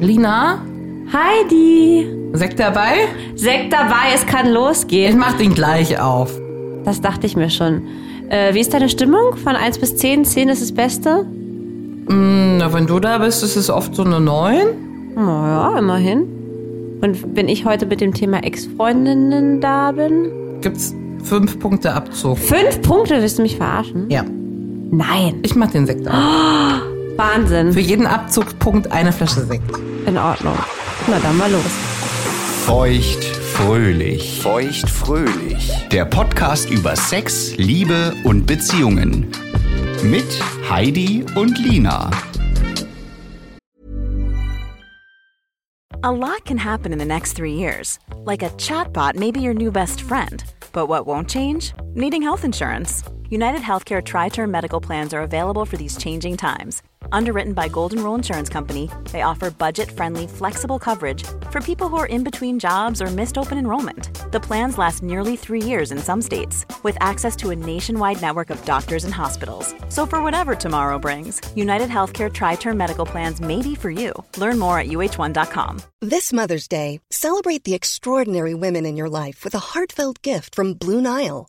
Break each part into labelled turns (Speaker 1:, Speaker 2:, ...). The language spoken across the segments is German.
Speaker 1: Lina,
Speaker 2: Heidi!
Speaker 1: Sekt dabei?
Speaker 2: Sekt dabei, es kann
Speaker 1: Ich
Speaker 2: losgehen.
Speaker 1: mach den gleich auf.
Speaker 2: Das dachte ich mir schon. Äh, wie ist deine Stimmung? Von 1 bis 10? 10 ist das Beste?
Speaker 1: Na, wenn du da bist, ist es oft so eine 9.
Speaker 2: Naja, immerhin. Und wenn ich heute mit dem Thema Ex-Freundinnen da bin?
Speaker 1: Gibt's 5 Punkte Abzug.
Speaker 2: Fünf Punkte, willst du mich verarschen?
Speaker 1: Ja.
Speaker 2: Nein.
Speaker 1: Ich mach den Sekt auf.
Speaker 2: Wahnsinn.
Speaker 1: Für jeden Abzugspunkt eine Flasche Sekt.
Speaker 2: In Ordnung. Na dann mal los.
Speaker 3: Feucht fröhlich.
Speaker 4: Feuchtfröhlich.
Speaker 3: Der Podcast über Sex, Liebe und Beziehungen. Mit Heidi und Lina.
Speaker 5: A lot can happen in the next three years. Like a chatbot may be your new best friend. But what won't change? Needing health insurance. United Healthcare Tri Term Medical Plans are available for these changing times. Underwritten by Golden Rule Insurance Company, they offer budget friendly, flexible coverage for people who are in between jobs or missed open enrollment. The plans last nearly three years in some states, with access to a nationwide network of doctors and hospitals. So, for whatever tomorrow brings, United Healthcare Tri Term Medical Plans may be for you. Learn more at uh1.com.
Speaker 6: This Mother's Day, celebrate the extraordinary women in your life with a heartfelt gift from Blue Nile.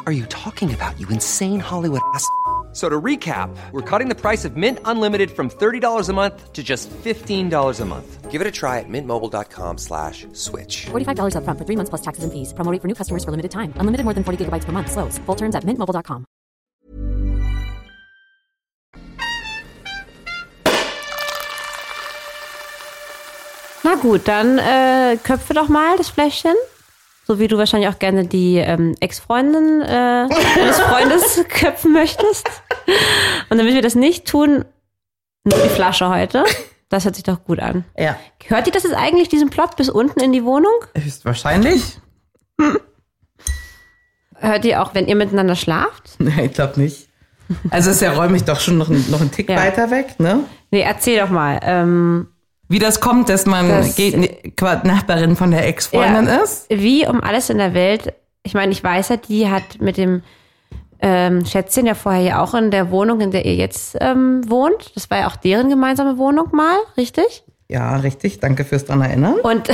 Speaker 7: are you talking about, you insane Hollywood ass? f- So to recap, we're cutting the price of Mint Unlimited from $30 a month to just $15 a month.
Speaker 4: Give it a try at mintmobile.com slash switch.
Speaker 8: $45 upfront for three months plus taxes and fees. Promo rate for new customers for limited time. Unlimited more than 40 gigabytes per month. Slows. Full terms at mintmobile.com.
Speaker 2: Na gut, dann äh, köpfe doch mal das Fläschchen. So wie du wahrscheinlich auch gerne die ähm, Ex-Freundin äh, des Freundes köpfen möchtest. Und damit wir das nicht tun, nur die Flasche heute. Das hört sich doch gut an.
Speaker 1: Ja.
Speaker 2: Hört ihr das jetzt eigentlich, diesen Plot bis unten in die Wohnung?
Speaker 1: Höchstwahrscheinlich.
Speaker 2: Hört ihr auch, wenn ihr miteinander schlaft?
Speaker 1: Nee, ich glaube nicht. Also ist ja räumlich doch schon noch, ein- noch einen Tick
Speaker 2: Ja.
Speaker 1: weiter weg, ne?
Speaker 2: Nee, erzähl doch mal. Ähm,
Speaker 1: Wie das kommt, dass man
Speaker 2: Das-
Speaker 1: Ge- ne- Qua- Nachbarin von der Ex-Freundin
Speaker 2: Ja.
Speaker 1: ist?
Speaker 2: wie um alles in der Welt, ich meine, ich weiß ja, die hat mit dem ähm, Schätzchen ja vorher ja auch in der Wohnung, in der ihr jetzt ähm, wohnt. Das war ja auch deren gemeinsame Wohnung mal, richtig?
Speaker 1: Ja, richtig. Danke fürs dran erinnern.
Speaker 2: Und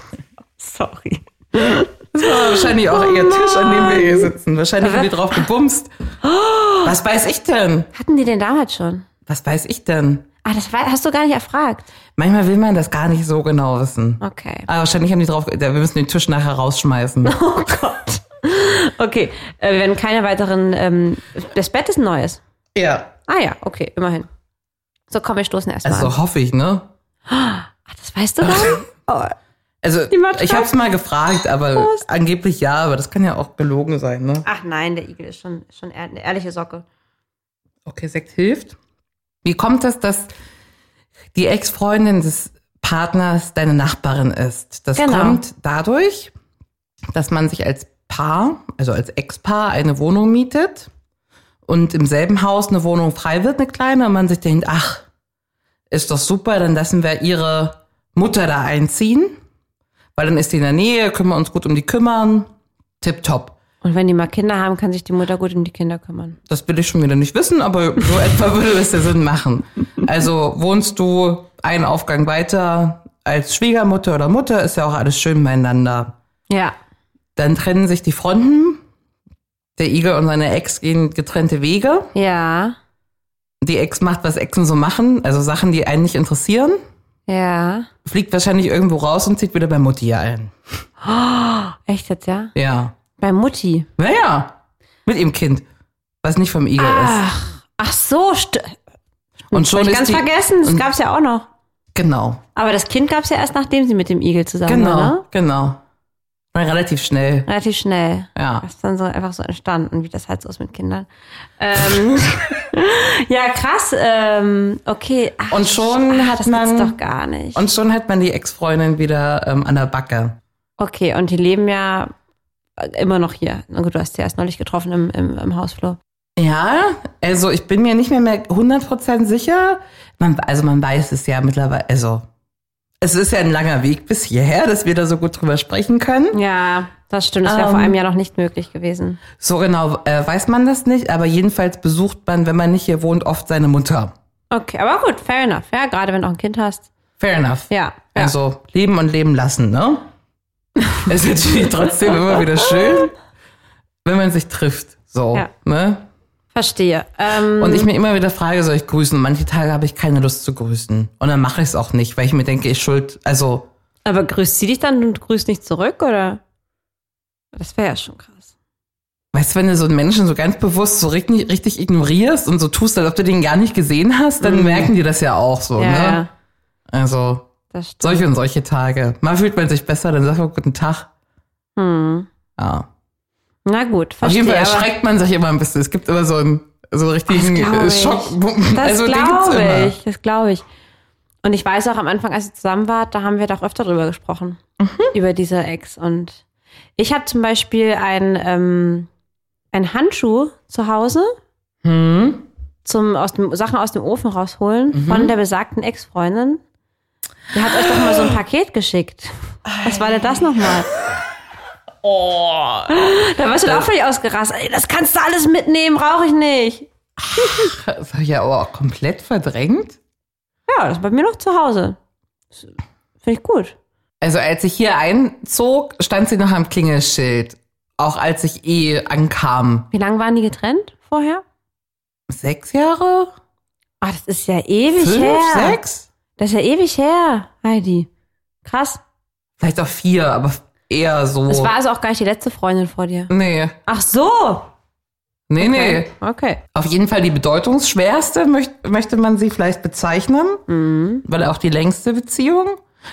Speaker 2: sorry.
Speaker 1: Ah, Wahrscheinlich auch ihr Tisch, an dem wir hier sitzen. Wahrscheinlich haben die drauf gebumst. Was weiß ich denn?
Speaker 2: Hatten die den damals schon?
Speaker 1: Was weiß ich denn?
Speaker 2: Ah, das war, hast du gar nicht erfragt.
Speaker 1: Manchmal will man das gar nicht so genau wissen.
Speaker 2: Okay.
Speaker 1: Aber wahrscheinlich haben die drauf, da- wir müssen den Tisch nachher rausschmeißen.
Speaker 2: Oh Gott. Okay, äh, wir werden keine weiteren. Ähm, das Bett ist ein neues.
Speaker 1: ja.
Speaker 2: Ah ja, okay, immerhin. So, komm, wir stoßen erstmal
Speaker 1: Also
Speaker 2: an.
Speaker 1: hoffe ich, ne?
Speaker 2: Ach, das weißt du Oh. dann?
Speaker 1: Also
Speaker 2: Matratze.
Speaker 1: ich habe es mal gefragt, aber angeblich ja, aber das kann ja auch gelogen sein, ne?
Speaker 2: Ach nein, der Igel ist schon, schon ehr- eine ehrliche Socke.
Speaker 1: Okay, Sekt hilft. Wie kommt es, dass die Ex-Freundin des Partners deine Nachbarin ist? Das
Speaker 2: Genau.
Speaker 1: kommt dadurch, dass man sich als Paar, also als Ex-Paar, eine Wohnung mietet und im selben Haus eine Wohnung frei wird, eine kleine, und man sich denkt, ach, ist doch super, dann lassen wir ihre Mutter da einziehen, weil dann ist die in der Nähe, können wir uns gut um die kümmern, tipptopp.
Speaker 2: Und wenn die mal Kinder haben, kann sich die Mutter gut um die Kinder kümmern.
Speaker 1: Das will ich schon wieder nicht wissen, aber so etwa würde es ja Sinn machen. Also wohnst du einen Aufgang weiter als Schwiegermutter oder Mutter, ist ja auch alles schön beieinander.
Speaker 2: Ja.
Speaker 1: Dann trennen sich die Fronten. Der Igel und seine Ex gehen getrennte Wege.
Speaker 2: Ja.
Speaker 1: Die Ex macht, was Exen so machen, also Sachen, die einen nicht interessieren.
Speaker 2: Ja.
Speaker 1: Fliegt wahrscheinlich irgendwo raus und zieht wieder bei Mutti ein.
Speaker 2: Echt jetzt, ja?
Speaker 1: Ja.
Speaker 2: Bei Mutti.
Speaker 1: Naja, mit ihrem Kind, was nicht vom Igel ist.
Speaker 2: Ach so, st
Speaker 1: Und schon
Speaker 2: Ah, hab ich
Speaker 1: ist
Speaker 2: ganz
Speaker 1: die,
Speaker 2: vergessen. Das
Speaker 1: und-
Speaker 2: gab's ja auch noch.
Speaker 1: Genau,
Speaker 2: Aber das Kind gab's ja erst, nachdem sie mit dem Igel zusammen war,
Speaker 1: genau,
Speaker 2: ne?
Speaker 1: genau. Relativ schnell.
Speaker 2: Relativ schnell.
Speaker 1: Ja.
Speaker 2: Das ist dann so einfach so entstanden, wie das halt so ist mit Kindern. Ähm, ja, krass. Ähm, okay. Ach,
Speaker 1: Und schon
Speaker 2: ach,
Speaker 1: hat
Speaker 2: das
Speaker 1: man-
Speaker 2: gibt's doch gar nicht.
Speaker 1: Und schon hat man die Ex-Freundin wieder ähm, an der Backe.
Speaker 2: okay, und die leben ja immer noch hier. Na gut, du hast sie erst neulich getroffen im, im, im Hausflur.
Speaker 1: Ja, also ich bin mir nicht mehr, mehr 100% sicher. Man, also man weiß es ja mittlerweile. Also es ist ja ein langer Weg bis hierher, dass wir da so gut drüber sprechen können.
Speaker 2: Ja, das stimmt. Das wäre
Speaker 1: Ähm.
Speaker 2: vor einem Jahr noch nicht möglich gewesen.
Speaker 1: So genau äh, weiß man das nicht, aber jedenfalls besucht man, wenn man nicht hier wohnt, oft seine Mutter.
Speaker 2: Okay, aber gut, fair enough. Ja, gerade wenn du auch ein Kind hast.
Speaker 1: Fair enough.
Speaker 2: Ja. ja.
Speaker 1: Also leben und leben lassen, ne? ist natürlich trotzdem immer wieder schön, wenn man sich trifft. So,
Speaker 2: Ja.
Speaker 1: ne?
Speaker 2: Verstehe. Ähm,
Speaker 1: Und ich mir immer wieder frage, soll ich grüßen? Manche Tage habe ich keine Lust zu grüßen. Und dann mache ich es auch nicht, weil ich mir denke, ich schuld. Also,
Speaker 2: aber grüßt sie dich dann und grüßt nicht zurück, oder? Das wäre ja schon krass.
Speaker 1: weißt du, wenn du so einen Menschen so ganz bewusst so richtig, richtig ignorierst und so tust, als ob du den gar nicht gesehen hast, dann merken die das ja auch so,
Speaker 2: Mhm. ja,
Speaker 1: ne?
Speaker 2: ja,
Speaker 1: Also,
Speaker 2: das stimmt.
Speaker 1: solche und solche Tage. Mal fühlt man sich besser, dann sagt man guten Tag.
Speaker 2: Hm.
Speaker 1: Ja.
Speaker 2: Na gut,
Speaker 1: Auf
Speaker 2: verstehe.
Speaker 1: jeden Fall
Speaker 2: aber-
Speaker 1: erschreckt man sich immer ein bisschen. Es gibt immer so einen, so einen richtigen
Speaker 2: Das glaub
Speaker 1: äh,
Speaker 2: ich.
Speaker 1: Schock.
Speaker 2: Das
Speaker 1: also, den gibt's
Speaker 2: glaube
Speaker 1: immer.
Speaker 2: ich, das glaube ich. Und ich weiß auch am Anfang, als ihr zusammen wart, da haben wir doch öfter drüber gesprochen.
Speaker 1: Mhm.
Speaker 2: Über diese Ex. Und ich habe zum Beispiel ein, ähm, ein Handschuh zu Hause
Speaker 1: Hm? Mhm.
Speaker 2: zum aus dem, Sachen aus dem Ofen rausholen von der besagten Ex-Freundin. Die hat euch doch mal so ein Paket geschickt. Was war denn das nochmal? Oh. Da warst du doch auch völlig ausgerastet. Ey, das kannst du alles mitnehmen, brauche ich nicht.
Speaker 1: Das habe ich ja aber auch komplett verdrängt.
Speaker 2: Ja, das ist bei mir noch zu Hause. Finde ich gut.
Speaker 1: Also als ich hier einzog, stand sie noch am Klingelschild. Auch als ich eh ankam.
Speaker 2: Wie lange waren die getrennt vorher?
Speaker 1: Sechs Jahre?
Speaker 2: Ah, das ist ja ewig
Speaker 1: Fünf?
Speaker 2: her.
Speaker 1: Sechs?
Speaker 2: Das ist ja ewig her, Heidi. Krass.
Speaker 1: Vielleicht auch vier, aber eher so.
Speaker 2: Das war also auch gar nicht die letzte Freundin vor dir.
Speaker 1: nee.
Speaker 2: Ach so.
Speaker 1: Nee, nee.
Speaker 2: Okay. okay.
Speaker 1: Auf jeden Fall die bedeutungsschwerste möcht, möchte man sie vielleicht bezeichnen,
Speaker 2: Mhm.
Speaker 1: weil auch die längste Beziehung.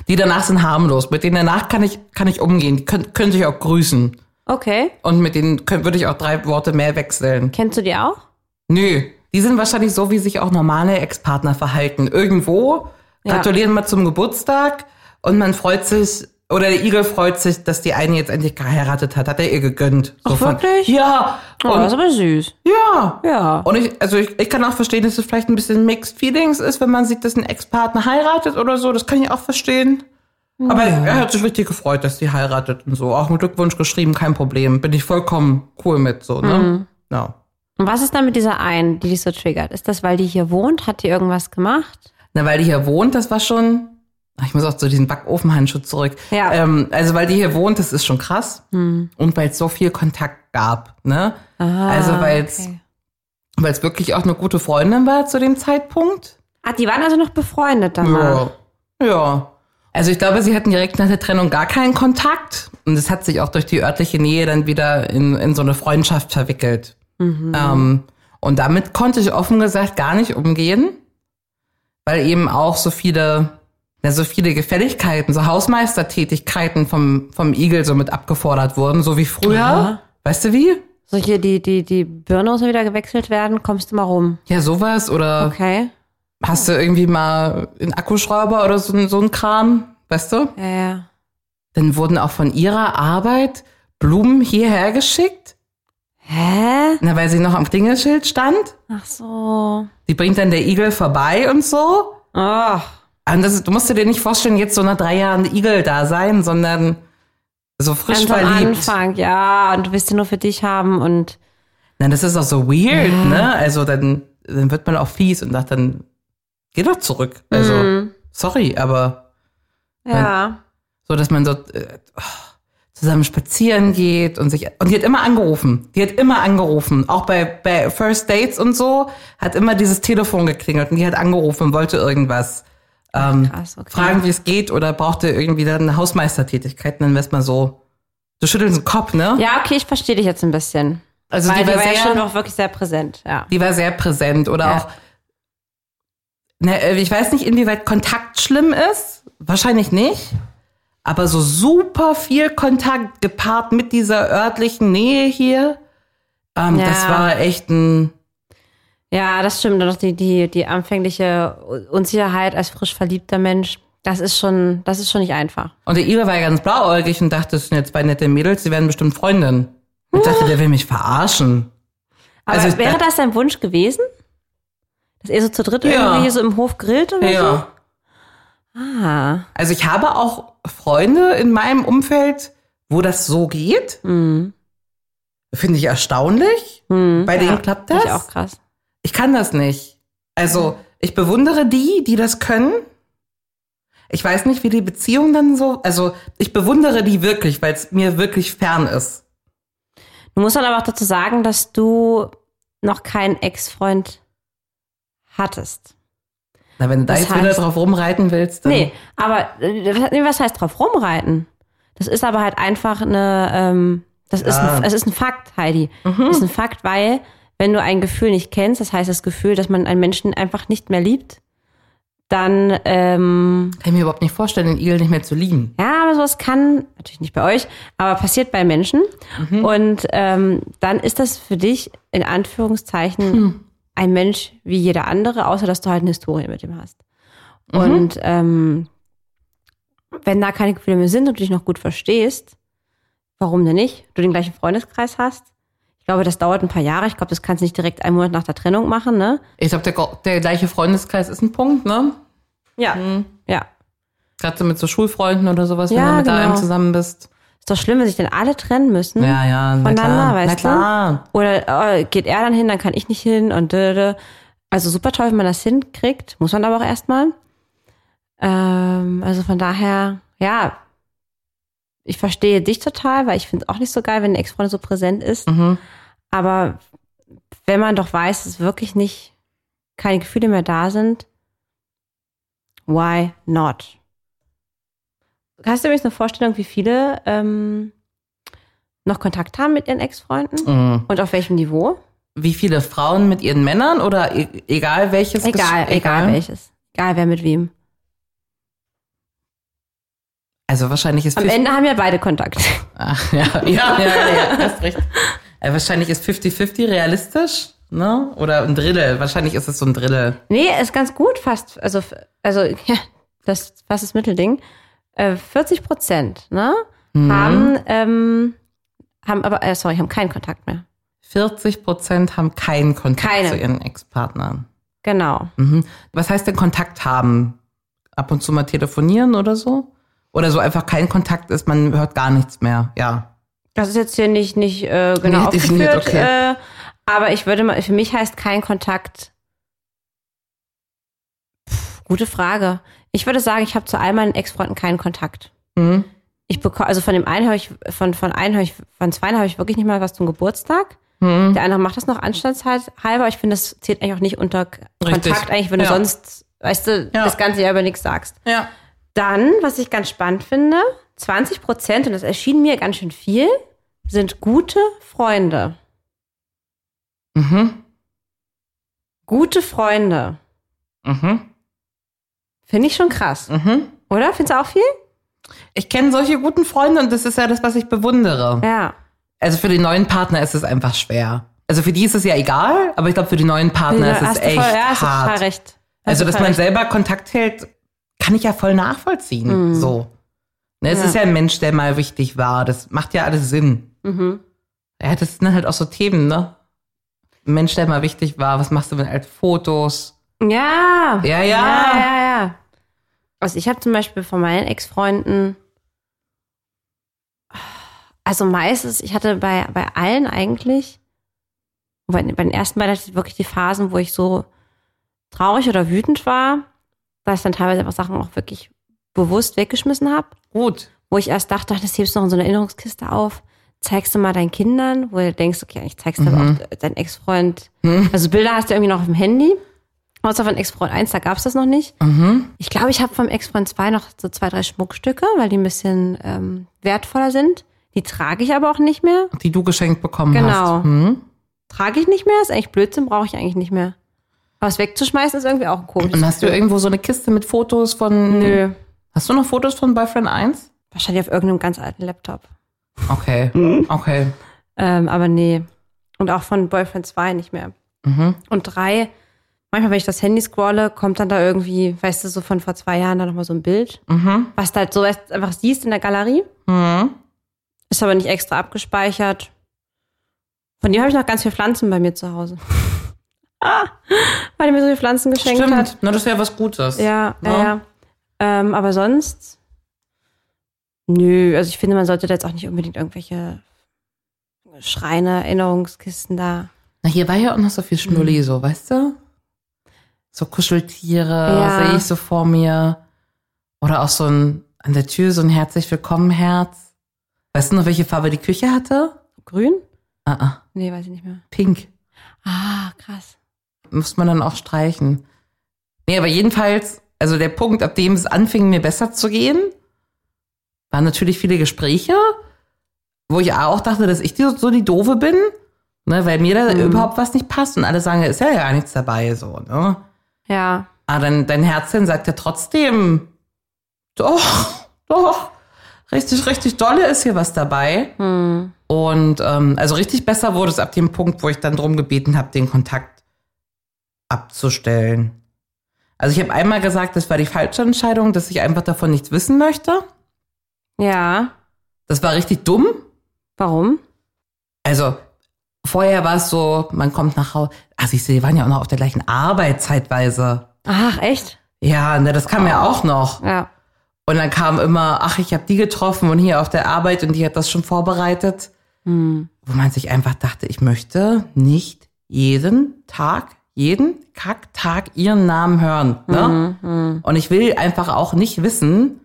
Speaker 1: Die danach sind harmlos. Mit denen danach kann ich, kann ich umgehen. Die können, können sich auch grüßen.
Speaker 2: Okay.
Speaker 1: Und mit denen könnt- würde ich auch drei Worte mehr wechseln.
Speaker 2: Kennst du die auch?
Speaker 1: Nö. Die sind wahrscheinlich so, wie sich auch normale Ex-Partner verhalten. Irgendwo
Speaker 2: Ja.
Speaker 1: gratulieren mal zum Geburtstag und man freut sich, oder der Igel freut sich, dass die eine jetzt endlich geheiratet hat. Hat er ihr gegönnt. So
Speaker 2: Ach,
Speaker 1: von-
Speaker 2: wirklich?
Speaker 1: Ja.
Speaker 2: Oh, das ist aber süß.
Speaker 1: Ja.
Speaker 2: Ja.
Speaker 1: Und ich, also ich, ich kann auch verstehen, dass es vielleicht ein bisschen Mixed Feelings ist, wenn man sieht, dass ein Ex-Partner heiratet oder so. Das kann ich auch verstehen. Aber er hat sich richtig gefreut, dass die heiratet und so. Auch einen Glückwunsch geschrieben, kein Problem. Bin ich vollkommen cool mit, so, ne?
Speaker 2: Mhm.
Speaker 1: Ja.
Speaker 2: Und was ist dann mit dieser einen, die dich so triggert? Ist das, weil die hier wohnt? Hat die irgendwas gemacht?
Speaker 1: Na, weil die hier wohnt, das war schon. Ach, Ich muss auch zu diesem Backofenhandschuh zurück.
Speaker 2: Ja. Hm.
Speaker 1: Ähm, also, weil die hier wohnt, das ist schon krass. Und weil es so viel Kontakt gab, ne? also, weil es
Speaker 2: Ah, okay.
Speaker 1: weil's wirklich auch eine gute Freundin war zu dem Zeitpunkt.
Speaker 2: Ah, die waren also noch befreundet danach.
Speaker 1: Ja. ja. Also ich glaube, sie hatten direkt nach der Trennung gar keinen Kontakt. Und es hat sich auch durch die örtliche Nähe dann wieder in, in so eine Freundschaft verwickelt. Ähm, und damit konnte ich offen gesagt gar nicht umgehen, weil eben auch so viele, ja, so viele Gefälligkeiten, so Hausmeistertätigkeiten vom, vom Igel so mit abgefordert wurden, so wie früher.
Speaker 2: Aha.
Speaker 1: Weißt du wie?
Speaker 2: So hier die, die, die Birne muss mal wieder gewechselt werden, kommst du mal rum.
Speaker 1: Ja, sowas oder
Speaker 2: Okay.
Speaker 1: hast du irgendwie mal einen Akkuschrauber oder so, so einen Kram, weißt du?
Speaker 2: Ja, ja.
Speaker 1: Dann wurden auch von ihrer Arbeit Blumen hierher geschickt,
Speaker 2: Hä?
Speaker 1: na, weil sie noch am Klingelschild stand.
Speaker 2: Ach so. Ah,
Speaker 1: Die bringt dann der Igel vorbei und so.
Speaker 2: Ach.
Speaker 1: Und das, du musst dir nicht vorstellen, jetzt so nach drei Jahren Igel da sein, sondern so frisch
Speaker 2: Ganz am
Speaker 1: verliebt.
Speaker 2: Anfang, ja. Und du willst sie nur für dich haben und
Speaker 1: Na, das ist auch so weird, ne? Also dann, dann wird man auch fies und sagt dann, geh doch zurück. Also,
Speaker 2: Mhm.
Speaker 1: sorry, aber
Speaker 2: ja.
Speaker 1: So, dass man so äh, oh, zusammen spazieren geht und sich. Und die hat immer angerufen. Die hat immer angerufen. Auch bei, bei First Dates und so hat immer dieses Telefon geklingelt und die hat angerufen und wollte irgendwas. Ähm,
Speaker 2: krass, okay.
Speaker 1: Fragen, wie es geht oder brauchte irgendwie dann eine Hausmeistertätigkeit. Und dann wär's mal so. Du schüttelst den Kopf, ne?
Speaker 2: Ja, okay, ich verstehe dich jetzt ein bisschen.
Speaker 1: also
Speaker 2: Weil
Speaker 1: die war,
Speaker 2: ja
Speaker 1: sehr,
Speaker 2: schon auch wirklich sehr präsent, ja.
Speaker 1: die war sehr präsent oder
Speaker 2: Ja.
Speaker 1: auch. Ne, äh, ich weiß nicht, inwieweit Kontakt schlimm ist. Wahrscheinlich nicht. Aber so super viel Kontakt gepaart mit dieser örtlichen Nähe hier. Ähm,
Speaker 2: Ja.
Speaker 1: Das war echt ein.
Speaker 2: Ja, das stimmt. Doch die, die, die anfängliche Unsicherheit als frisch verliebter Mensch, das ist schon, das ist schon nicht einfach.
Speaker 1: Und der Iva war ja ganz blauäugig und dachte, das sind jetzt zwei nette Mädels, die werden bestimmt Freundinnen. Und dachte, der will mich verarschen.
Speaker 2: Aber
Speaker 1: Also,
Speaker 2: wäre
Speaker 1: da-
Speaker 2: das dein Wunsch gewesen? Dass ihr so zu dritt
Speaker 1: Ja.
Speaker 2: irgendwie hier so im Hof grillt oder
Speaker 1: Ja.
Speaker 2: so? Ah.
Speaker 1: Also ich habe auch Freunde in meinem Umfeld, wo das so geht.
Speaker 2: Hm.
Speaker 1: Finde ich erstaunlich.
Speaker 2: Hm.
Speaker 1: Bei denen klappt das?
Speaker 2: Finde Ich auch krass.
Speaker 1: Ich kann das nicht. Also, ich bewundere die, die das können. Ich weiß nicht, wie die Beziehung dann so. Also, ich bewundere die wirklich, weil es mir wirklich fern ist.
Speaker 2: Du musst dann aber auch dazu sagen, dass du noch keinen Ex-Freund hattest.
Speaker 1: Na, wenn du da
Speaker 2: Das
Speaker 1: jetzt wieder
Speaker 2: heißt-
Speaker 1: drauf rumreiten willst, dann.
Speaker 2: Nee, aber äh, das- nee, was heißt drauf rumreiten? Das ist aber halt einfach eine, ähm, das ist,
Speaker 1: Ja.
Speaker 2: ein, es ist ein Fakt, Heidi. Das ist ein Fakt, weil wenn du ein Gefühl nicht kennst, das heißt das Gefühl, dass man einen Menschen einfach nicht mehr liebt, dann ähm,
Speaker 1: Kann ich mir überhaupt nicht vorstellen, den Igel nicht mehr zu lieben.
Speaker 2: ja, aber sowas kann, natürlich nicht bei euch, aber passiert bei Menschen. Und ähm, dann ist das für dich in Anführungszeichen ein Mensch wie jeder andere, außer dass du halt eine Historie mit ihm hast. Und ähm, wenn da keine Gefühle mehr sind und du dich noch gut verstehst, warum denn nicht? Du den gleichen Freundeskreis hast. Ich glaube, das dauert ein paar Jahre. Ich glaube, das kannst du nicht direkt einen Monat nach der Trennung machen, ne?
Speaker 1: Ich glaube, der, gro- der gleiche Freundeskreis ist ein Punkt, ne?
Speaker 2: Ja. Hm. Ja.
Speaker 1: Gerade so mit so Schulfreunden oder sowas, wenn
Speaker 2: Mhm. Ja,
Speaker 1: du mit
Speaker 2: genau.
Speaker 1: einem zusammen bist.
Speaker 2: Ist doch schlimm, wenn sich denn alle trennen müssen.
Speaker 1: Ja, ja, na
Speaker 2: Voneinander,
Speaker 1: klar.
Speaker 2: weißt
Speaker 1: na klar.
Speaker 2: du? Oder oh, geht er dann hin, dann kann ich nicht hin und dö, dö. Also super toll, wenn man das hinkriegt. Muss man aber auch erstmal. Ähm, also von daher, ja, ich verstehe dich total, weil ich finde es auch nicht so geil, wenn eine Ex-Freundin so präsent ist.
Speaker 1: Mhm.
Speaker 2: Aber wenn man doch weiß, dass wirklich nicht keine Gefühle mehr da sind, why not? Hast du übrigens eine Vorstellung, wie viele ähm, noch Kontakt haben mit ihren Ex-Freunden?
Speaker 1: Mhm.
Speaker 2: Und auf welchem Niveau?
Speaker 1: Wie viele Frauen mit ihren Männern oder e egal ne? welches? Gesch-
Speaker 2: Egal, egal, welches. Egal wer mit wem.
Speaker 1: Also wahrscheinlich ist
Speaker 2: Am
Speaker 1: 50
Speaker 2: Ende haben ja beide Kontakt.
Speaker 1: Ach, ja, ja, ja, ja, hast recht. Äh, wahrscheinlich ist 50-50 realistisch, ne? Oder ein Drittel. Wahrscheinlich ist es so ein Drittel.
Speaker 2: Nee, ist ganz gut fast. Also, f- also ja, das ist fast das Mittelding. Äh, 40 Prozent, ne? Haben, ähm, haben aber, äh, sorry, haben keinen Kontakt mehr.
Speaker 1: 40 Prozent haben keinen Kontakt
Speaker 2: Keine.
Speaker 1: zu ihren Ex-Partnern.
Speaker 2: Genau.
Speaker 1: Mhm. Was heißt denn Kontakt haben? Ab und zu mal telefonieren oder so? Oder so einfach kein Kontakt ist, man hört gar nichts mehr. Ja.
Speaker 2: Das ist jetzt hier nicht, nicht äh, genau
Speaker 1: Nicht definiert,
Speaker 2: aufgeführt.
Speaker 1: okay.
Speaker 2: Äh, aber ich würde mal, für mich heißt kein Kontakt. Pff, gute Frage. Ich würde sagen, ich habe zu all meinen Ex-Freunden keinen Kontakt.
Speaker 1: Mhm.
Speaker 2: Ich bekomme, also von dem einen habe ich, von, von einem habe ich, von zwei habe ich wirklich nicht mal was zum Geburtstag.
Speaker 1: Mhm.
Speaker 2: Der andere macht das noch anstandshalber. Ich finde, das zählt eigentlich auch nicht unter K- Kontakt,
Speaker 1: Richtig.
Speaker 2: eigentlich, wenn du
Speaker 1: Ja.
Speaker 2: sonst, weißt du,
Speaker 1: Ja.
Speaker 2: das ganze Jahr über nichts sagst.
Speaker 1: Ja.
Speaker 2: Dann, was ich ganz spannend finde, 20 Prozent, und das erschien mir ganz schön viel, sind gute Freunde.
Speaker 1: Mhm.
Speaker 2: Gute Freunde.
Speaker 1: Mhm.
Speaker 2: Finde ich schon krass.
Speaker 1: Mhm.
Speaker 2: Oder? Findest du auch viel?
Speaker 1: Ich kenne solche guten Freunde und das ist ja das, was ich bewundere.
Speaker 2: Ja.
Speaker 1: Also für den neuen Partner ist es einfach schwer. Also für die ist es ja egal, aber ich glaube, für die neuen Partner ist es
Speaker 2: hast du
Speaker 1: echt
Speaker 2: voll, ja, hast du
Speaker 1: hart.
Speaker 2: total recht. Hast
Speaker 1: Also,
Speaker 2: du
Speaker 1: dass
Speaker 2: voll
Speaker 1: man
Speaker 2: recht.
Speaker 1: selber Kontakt hält, kann ich ja voll nachvollziehen. So. Ne, es
Speaker 2: Mhm. Ja.
Speaker 1: ist ja ein Mensch, der mal wichtig war. Das macht ja alles Sinn.
Speaker 2: Mhm.
Speaker 1: Ja, das sind dann halt auch so Themen, ne? Ein Mensch, der mal wichtig war. Was machst du mit alten Fotos?
Speaker 2: Ja.
Speaker 1: Ja, ja.
Speaker 2: Ja, ja, ja. Also ich habe zum Beispiel von meinen Ex-Freunden, also meistens, ich hatte bei, bei allen eigentlich, bei, den- bei den ersten beiden hatte ich wirklich die Phasen, wo ich so traurig oder wütend war, dass ich dann teilweise einfach Sachen auch wirklich bewusst weggeschmissen habe
Speaker 1: Gut.
Speaker 2: wo ich erst dachte, ach, das hebst du noch in so eine Erinnerungskiste auf, zeigst du mal deinen Kindern, wo du denkst, okay, ich zeigst du aber auch deinen Ex-Freund. Also Bilder hast du irgendwie noch auf dem Handy. Außer von Ex-Freund 1, da gab's das noch nicht. Ich glaube, ich habe vom Ex-Freund 2 noch so zwei, drei Schmuckstücke, weil die ein bisschen ähm, wertvoller sind. Die trage ich aber auch nicht mehr.
Speaker 1: Die du geschenkt bekommen
Speaker 2: Genau.
Speaker 1: hast. Hm?
Speaker 2: Trage ich nicht mehr, ist eigentlich Blödsinn, brauche ich eigentlich nicht mehr. Aber es wegzuschmeißen ist irgendwie auch ein komisches
Speaker 1: Und hast du
Speaker 2: Gefühl.
Speaker 1: irgendwo so eine Kiste mit Fotos von.
Speaker 2: Nö.
Speaker 1: Hast du noch Fotos von Boyfriend 1?
Speaker 2: Wahrscheinlich auf irgendeinem ganz alten Laptop.
Speaker 1: Okay, okay.
Speaker 2: Ähm, aber nee. Und auch von Boyfriend 2 nicht mehr. Und 3, manchmal, wenn ich das Handy scrolle, kommt dann da irgendwie, weißt du, so von vor zwei Jahren da nochmal so ein Bild, was du halt so erst einfach siehst in der Galerie. Ist aber nicht extra abgespeichert. Von dem habe ich noch ganz viele Pflanzen bei mir zu Hause. ah, weil er mir so viele Pflanzen geschenkt
Speaker 1: Stimmt.
Speaker 2: hat.
Speaker 1: Na, das wäre was Gutes.
Speaker 2: Ja, ja,
Speaker 1: Ne?
Speaker 2: ja. Ähm, aber sonst, nö, also ich finde, man sollte da jetzt auch nicht unbedingt irgendwelche Schreine, Erinnerungskisten da.
Speaker 1: Na, hier war ja auch noch so viel
Speaker 2: Hm.
Speaker 1: Schnulli, so, weißt du? So Kuscheltiere
Speaker 2: Ja.
Speaker 1: sehe ich so vor mir. Oder auch so ein, an der Tür so ein herzlich willkommen Herz. Weißt du noch, welche Farbe die Küche hatte?
Speaker 2: Grün?
Speaker 1: Ah, ah,
Speaker 2: Nee, weiß ich nicht mehr.
Speaker 1: pink.
Speaker 2: Ah, krass.
Speaker 1: Muss man dann auch streichen. Nee, aber jedenfalls, also der Punkt, ab dem es anfing, mir besser zu gehen, waren natürlich viele Gespräche, wo ich auch dachte, dass ich die, so die Doofe bin, ne, weil mir da überhaupt was nicht passt und alle sagen, da ist ja gar nichts dabei, so, ne?
Speaker 2: Ja.
Speaker 1: Ah, dann dein Herzchen sagt ja trotzdem, doch, doch, richtig, richtig dolle ist hier was dabei.
Speaker 2: hm.
Speaker 1: Und ähm, also richtig besser wurde es ab dem Punkt, wo ich dann drum gebeten habe, den Kontakt abzustellen. Also ich habe einmal gesagt, das war die falsche Entscheidung, dass ich einfach davon nichts wissen möchte.
Speaker 2: Ja.
Speaker 1: Das war richtig dumm.
Speaker 2: Warum?
Speaker 1: Also vorher war es so, man kommt nach Hause. Also ich sehe, die waren ja auch noch auf der gleichen Arbeit zeitweise.
Speaker 2: Ach, echt?
Speaker 1: Ja, ne, das kam ja auch noch.
Speaker 2: Ja.
Speaker 1: Und dann kam immer, ach, ich habe die getroffen und hier auf der Arbeit und die hat das schon vorbereitet. Wo man sich einfach dachte, ich möchte nicht jeden Tag, jeden Kacktag ihren Namen hören. Ne?
Speaker 2: Mhm,
Speaker 1: Und ich will einfach auch nicht wissen,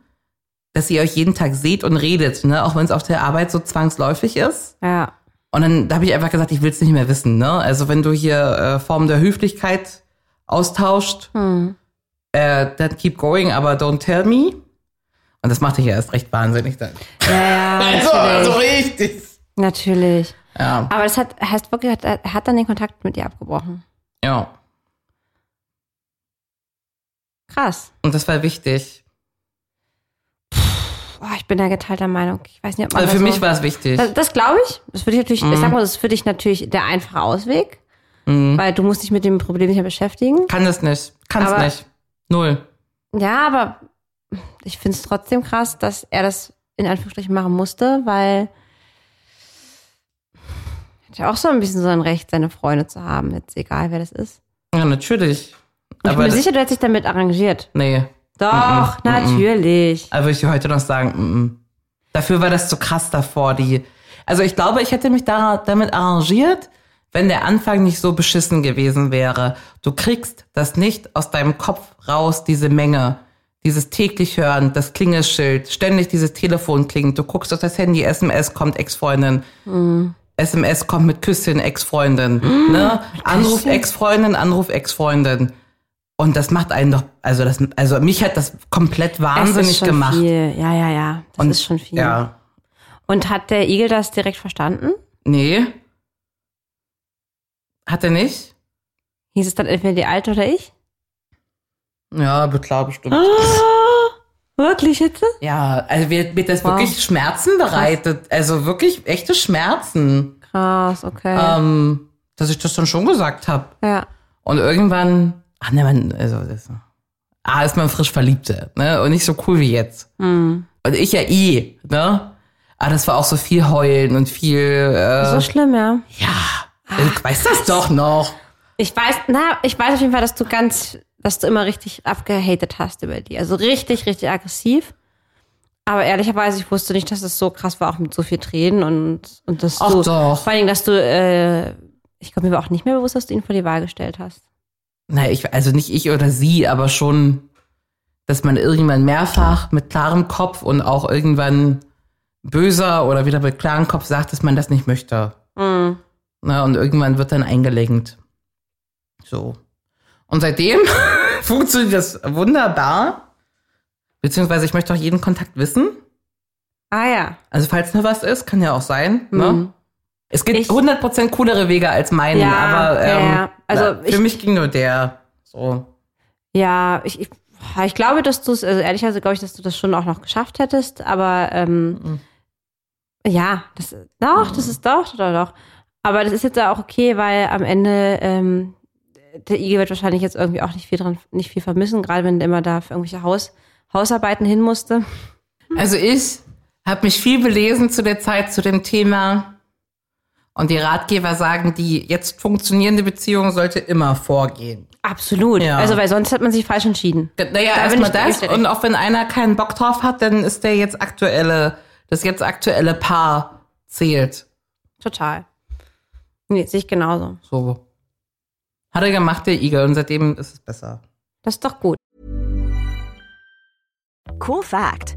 Speaker 1: dass ihr euch jeden Tag seht und redet, ne? auch wenn es auf der Arbeit so zwangsläufig ist.
Speaker 2: Ja.
Speaker 1: Und dann habe ich einfach gesagt, ich will es nicht mehr wissen. Ne? Also wenn du hier äh, Formen der Höflichkeit austauscht,
Speaker 2: Mhm.
Speaker 1: äh, dann keep going, aber don't tell me. Und das machte ich ja erst recht wahnsinnig dann.
Speaker 2: Ja, ja.
Speaker 1: Also, also richtig.
Speaker 2: Natürlich.
Speaker 1: Ja,
Speaker 2: Aber das hat, heißt wirklich, hat- er hat dann den Kontakt mit dir abgebrochen.
Speaker 1: ja.
Speaker 2: Krass.
Speaker 1: Und das war wichtig.
Speaker 2: Boah, ich bin da geteilter Meinung. Ich weiß nicht, ob man
Speaker 1: Also für
Speaker 2: da so
Speaker 1: mich war es wichtig.
Speaker 2: Das, das glaube ich. Das würde ich natürlich, ich sag
Speaker 1: Mhm.
Speaker 2: mal, das ist für dich natürlich der einfache Ausweg, weil du musst dich mit dem Problem nicht mehr beschäftigen.
Speaker 1: Kann das nicht. Kann es
Speaker 2: Aber-
Speaker 1: nicht. Null.
Speaker 2: Ja, aber ich finde es trotzdem krass, dass er das in Anführungsstrichen machen musste, weil er hat ja auch so ein bisschen so ein Recht, seine Freunde zu haben, jetzt egal wer das ist.
Speaker 1: Ja, natürlich.
Speaker 2: Und ich bin
Speaker 1: Aber
Speaker 2: mir
Speaker 1: das,
Speaker 2: sicher, du hättest dich damit arrangiert.
Speaker 1: nee.
Speaker 2: Doch, natürlich.
Speaker 1: Aber würde ich dir heute noch sagen, mm, mm. dafür war das zu krass davor, die. Also ich glaube, ich hätte mich da, damit arrangiert, wenn der Anfang nicht so beschissen gewesen wäre. Du kriegst das nicht aus deinem Kopf raus, diese Menge. Dieses täglich hören, das Klingelschild, ständig dieses Telefon klingt, du guckst auf das Handy, SMS kommt Ex-Freundin. SMS kommt mit Küsschen Ex-Freundin.
Speaker 2: Mm,
Speaker 1: Ne? Anruf Ex-Freundin, Anruf Ex-Freundin. Und das macht einen doch, also das, also mich hat das komplett
Speaker 2: Es ist
Speaker 1: wahnsinnig
Speaker 2: schon
Speaker 1: gemacht.
Speaker 2: Viel. Ja, ja, ja. Das ist schon viel.
Speaker 1: Ja.
Speaker 2: Und hat der Igel das direkt verstanden?
Speaker 1: Nee. Hat er nicht?
Speaker 2: Hieß es dann entweder die Alte oder ich?
Speaker 1: Ja, klar,
Speaker 2: Ah.
Speaker 1: bestimmt.
Speaker 2: Wirklich jetzt?
Speaker 1: Ja, also wird mir das
Speaker 2: Wow.
Speaker 1: wirklich Schmerzen bereitet. Also wirklich echte Schmerzen.
Speaker 2: Krass, okay.
Speaker 1: Ähm, dass ich das dann schon gesagt habe.
Speaker 2: ja.
Speaker 1: Und irgendwann, ach ne, man, also das, ah, ist man frisch Verliebte, ne? Und nicht so cool wie jetzt. Und ich ja eh, ne? Ah, das war auch so viel heulen und viel, äh,
Speaker 2: So schlimm, ja.
Speaker 1: ja, ich weiß das doch noch.
Speaker 2: Ich weiß, na, ich weiß auf jeden Fall, dass du ganz, dass du immer richtig abgehatet hast über die. Also richtig, richtig aggressiv. Aber ehrlicherweise, ich wusste nicht, dass es so krass war, auch mit so viel Tränen und, und dass
Speaker 1: Ach
Speaker 2: du,
Speaker 1: doch.
Speaker 2: vor allen Dingen, dass du, äh, ich glaube, mir war auch nicht mehr bewusst, dass du ihn vor die Wahl gestellt hast.
Speaker 1: Na, ich, also nicht ich oder sie, aber schon, dass man irgendwann mehrfach mit klarem Kopf und auch irgendwann böser oder wieder mit klarem Kopf sagt, dass man das nicht möchte.
Speaker 2: Mhm.
Speaker 1: Na, und irgendwann wird dann eingelenkt. So. Und seitdem funktioniert das wunderbar. Beziehungsweise ich möchte auch jeden Kontakt wissen.
Speaker 2: Ah ja.
Speaker 1: Also falls nur was ist, kann ja auch sein. Ne? Es gibt
Speaker 2: Mhm. Ich-
Speaker 1: 100% coolere Wege als meinen,
Speaker 2: Ja,
Speaker 1: aber ähm,
Speaker 2: ja, ja. Also
Speaker 1: na, für
Speaker 2: ich-
Speaker 1: mich ging nur der. So.
Speaker 2: Ja, ich, ich Ja, Ich glaube, dass du es, also ehrlicherweise glaube ich, dass du das schon auch noch geschafft hättest, aber ähm, ja, das doch,
Speaker 1: Mhm.
Speaker 2: das ist doch, doch, doch. Aber das ist jetzt auch okay, weil am Ende ähm, der Igel wird wahrscheinlich jetzt irgendwie auch nicht viel dran, nicht viel vermissen, gerade wenn er immer da für irgendwelche Haus, Hausarbeiten hin musste.
Speaker 1: Also ich habe mich viel belesen zu der Zeit zu dem Thema. Und die Ratgeber sagen, die jetzt funktionierende Beziehung sollte immer vorgehen.
Speaker 2: Absolut.
Speaker 1: Ja.
Speaker 2: Also, weil sonst hat man sich falsch entschieden.
Speaker 1: Ge- Naja,
Speaker 2: Da bin
Speaker 1: erstmal
Speaker 2: ich- ich
Speaker 1: das.
Speaker 2: stell-
Speaker 1: Und auch wenn einer keinen Bock drauf hat, dann ist der jetzt aktuelle, das jetzt aktuelle Paar zählt.
Speaker 2: Total. Nee, sehe ich genauso.
Speaker 1: So. Hat er gemacht, der Igel. Und seitdem ist es besser.
Speaker 2: Das ist doch gut.
Speaker 5: Cool fact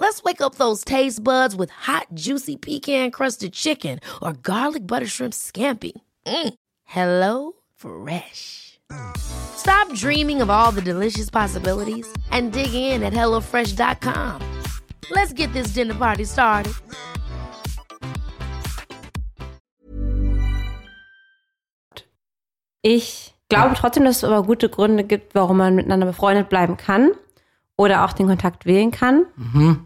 Speaker 9: Let's wake up those taste buds with hot, juicy pecan crusted chicken or garlic butter shrimp scampi. Mm. Hello Fresh. Stop dreaming of all the delicious possibilities and dig in at HelloFresh.com. Let's get this dinner party started.
Speaker 2: Ich glaube trotzdem, dass es aber gute Gründe gibt, warum man miteinander befreundet bleiben kann oder auch den Kontakt wählen kann.
Speaker 1: Mhm.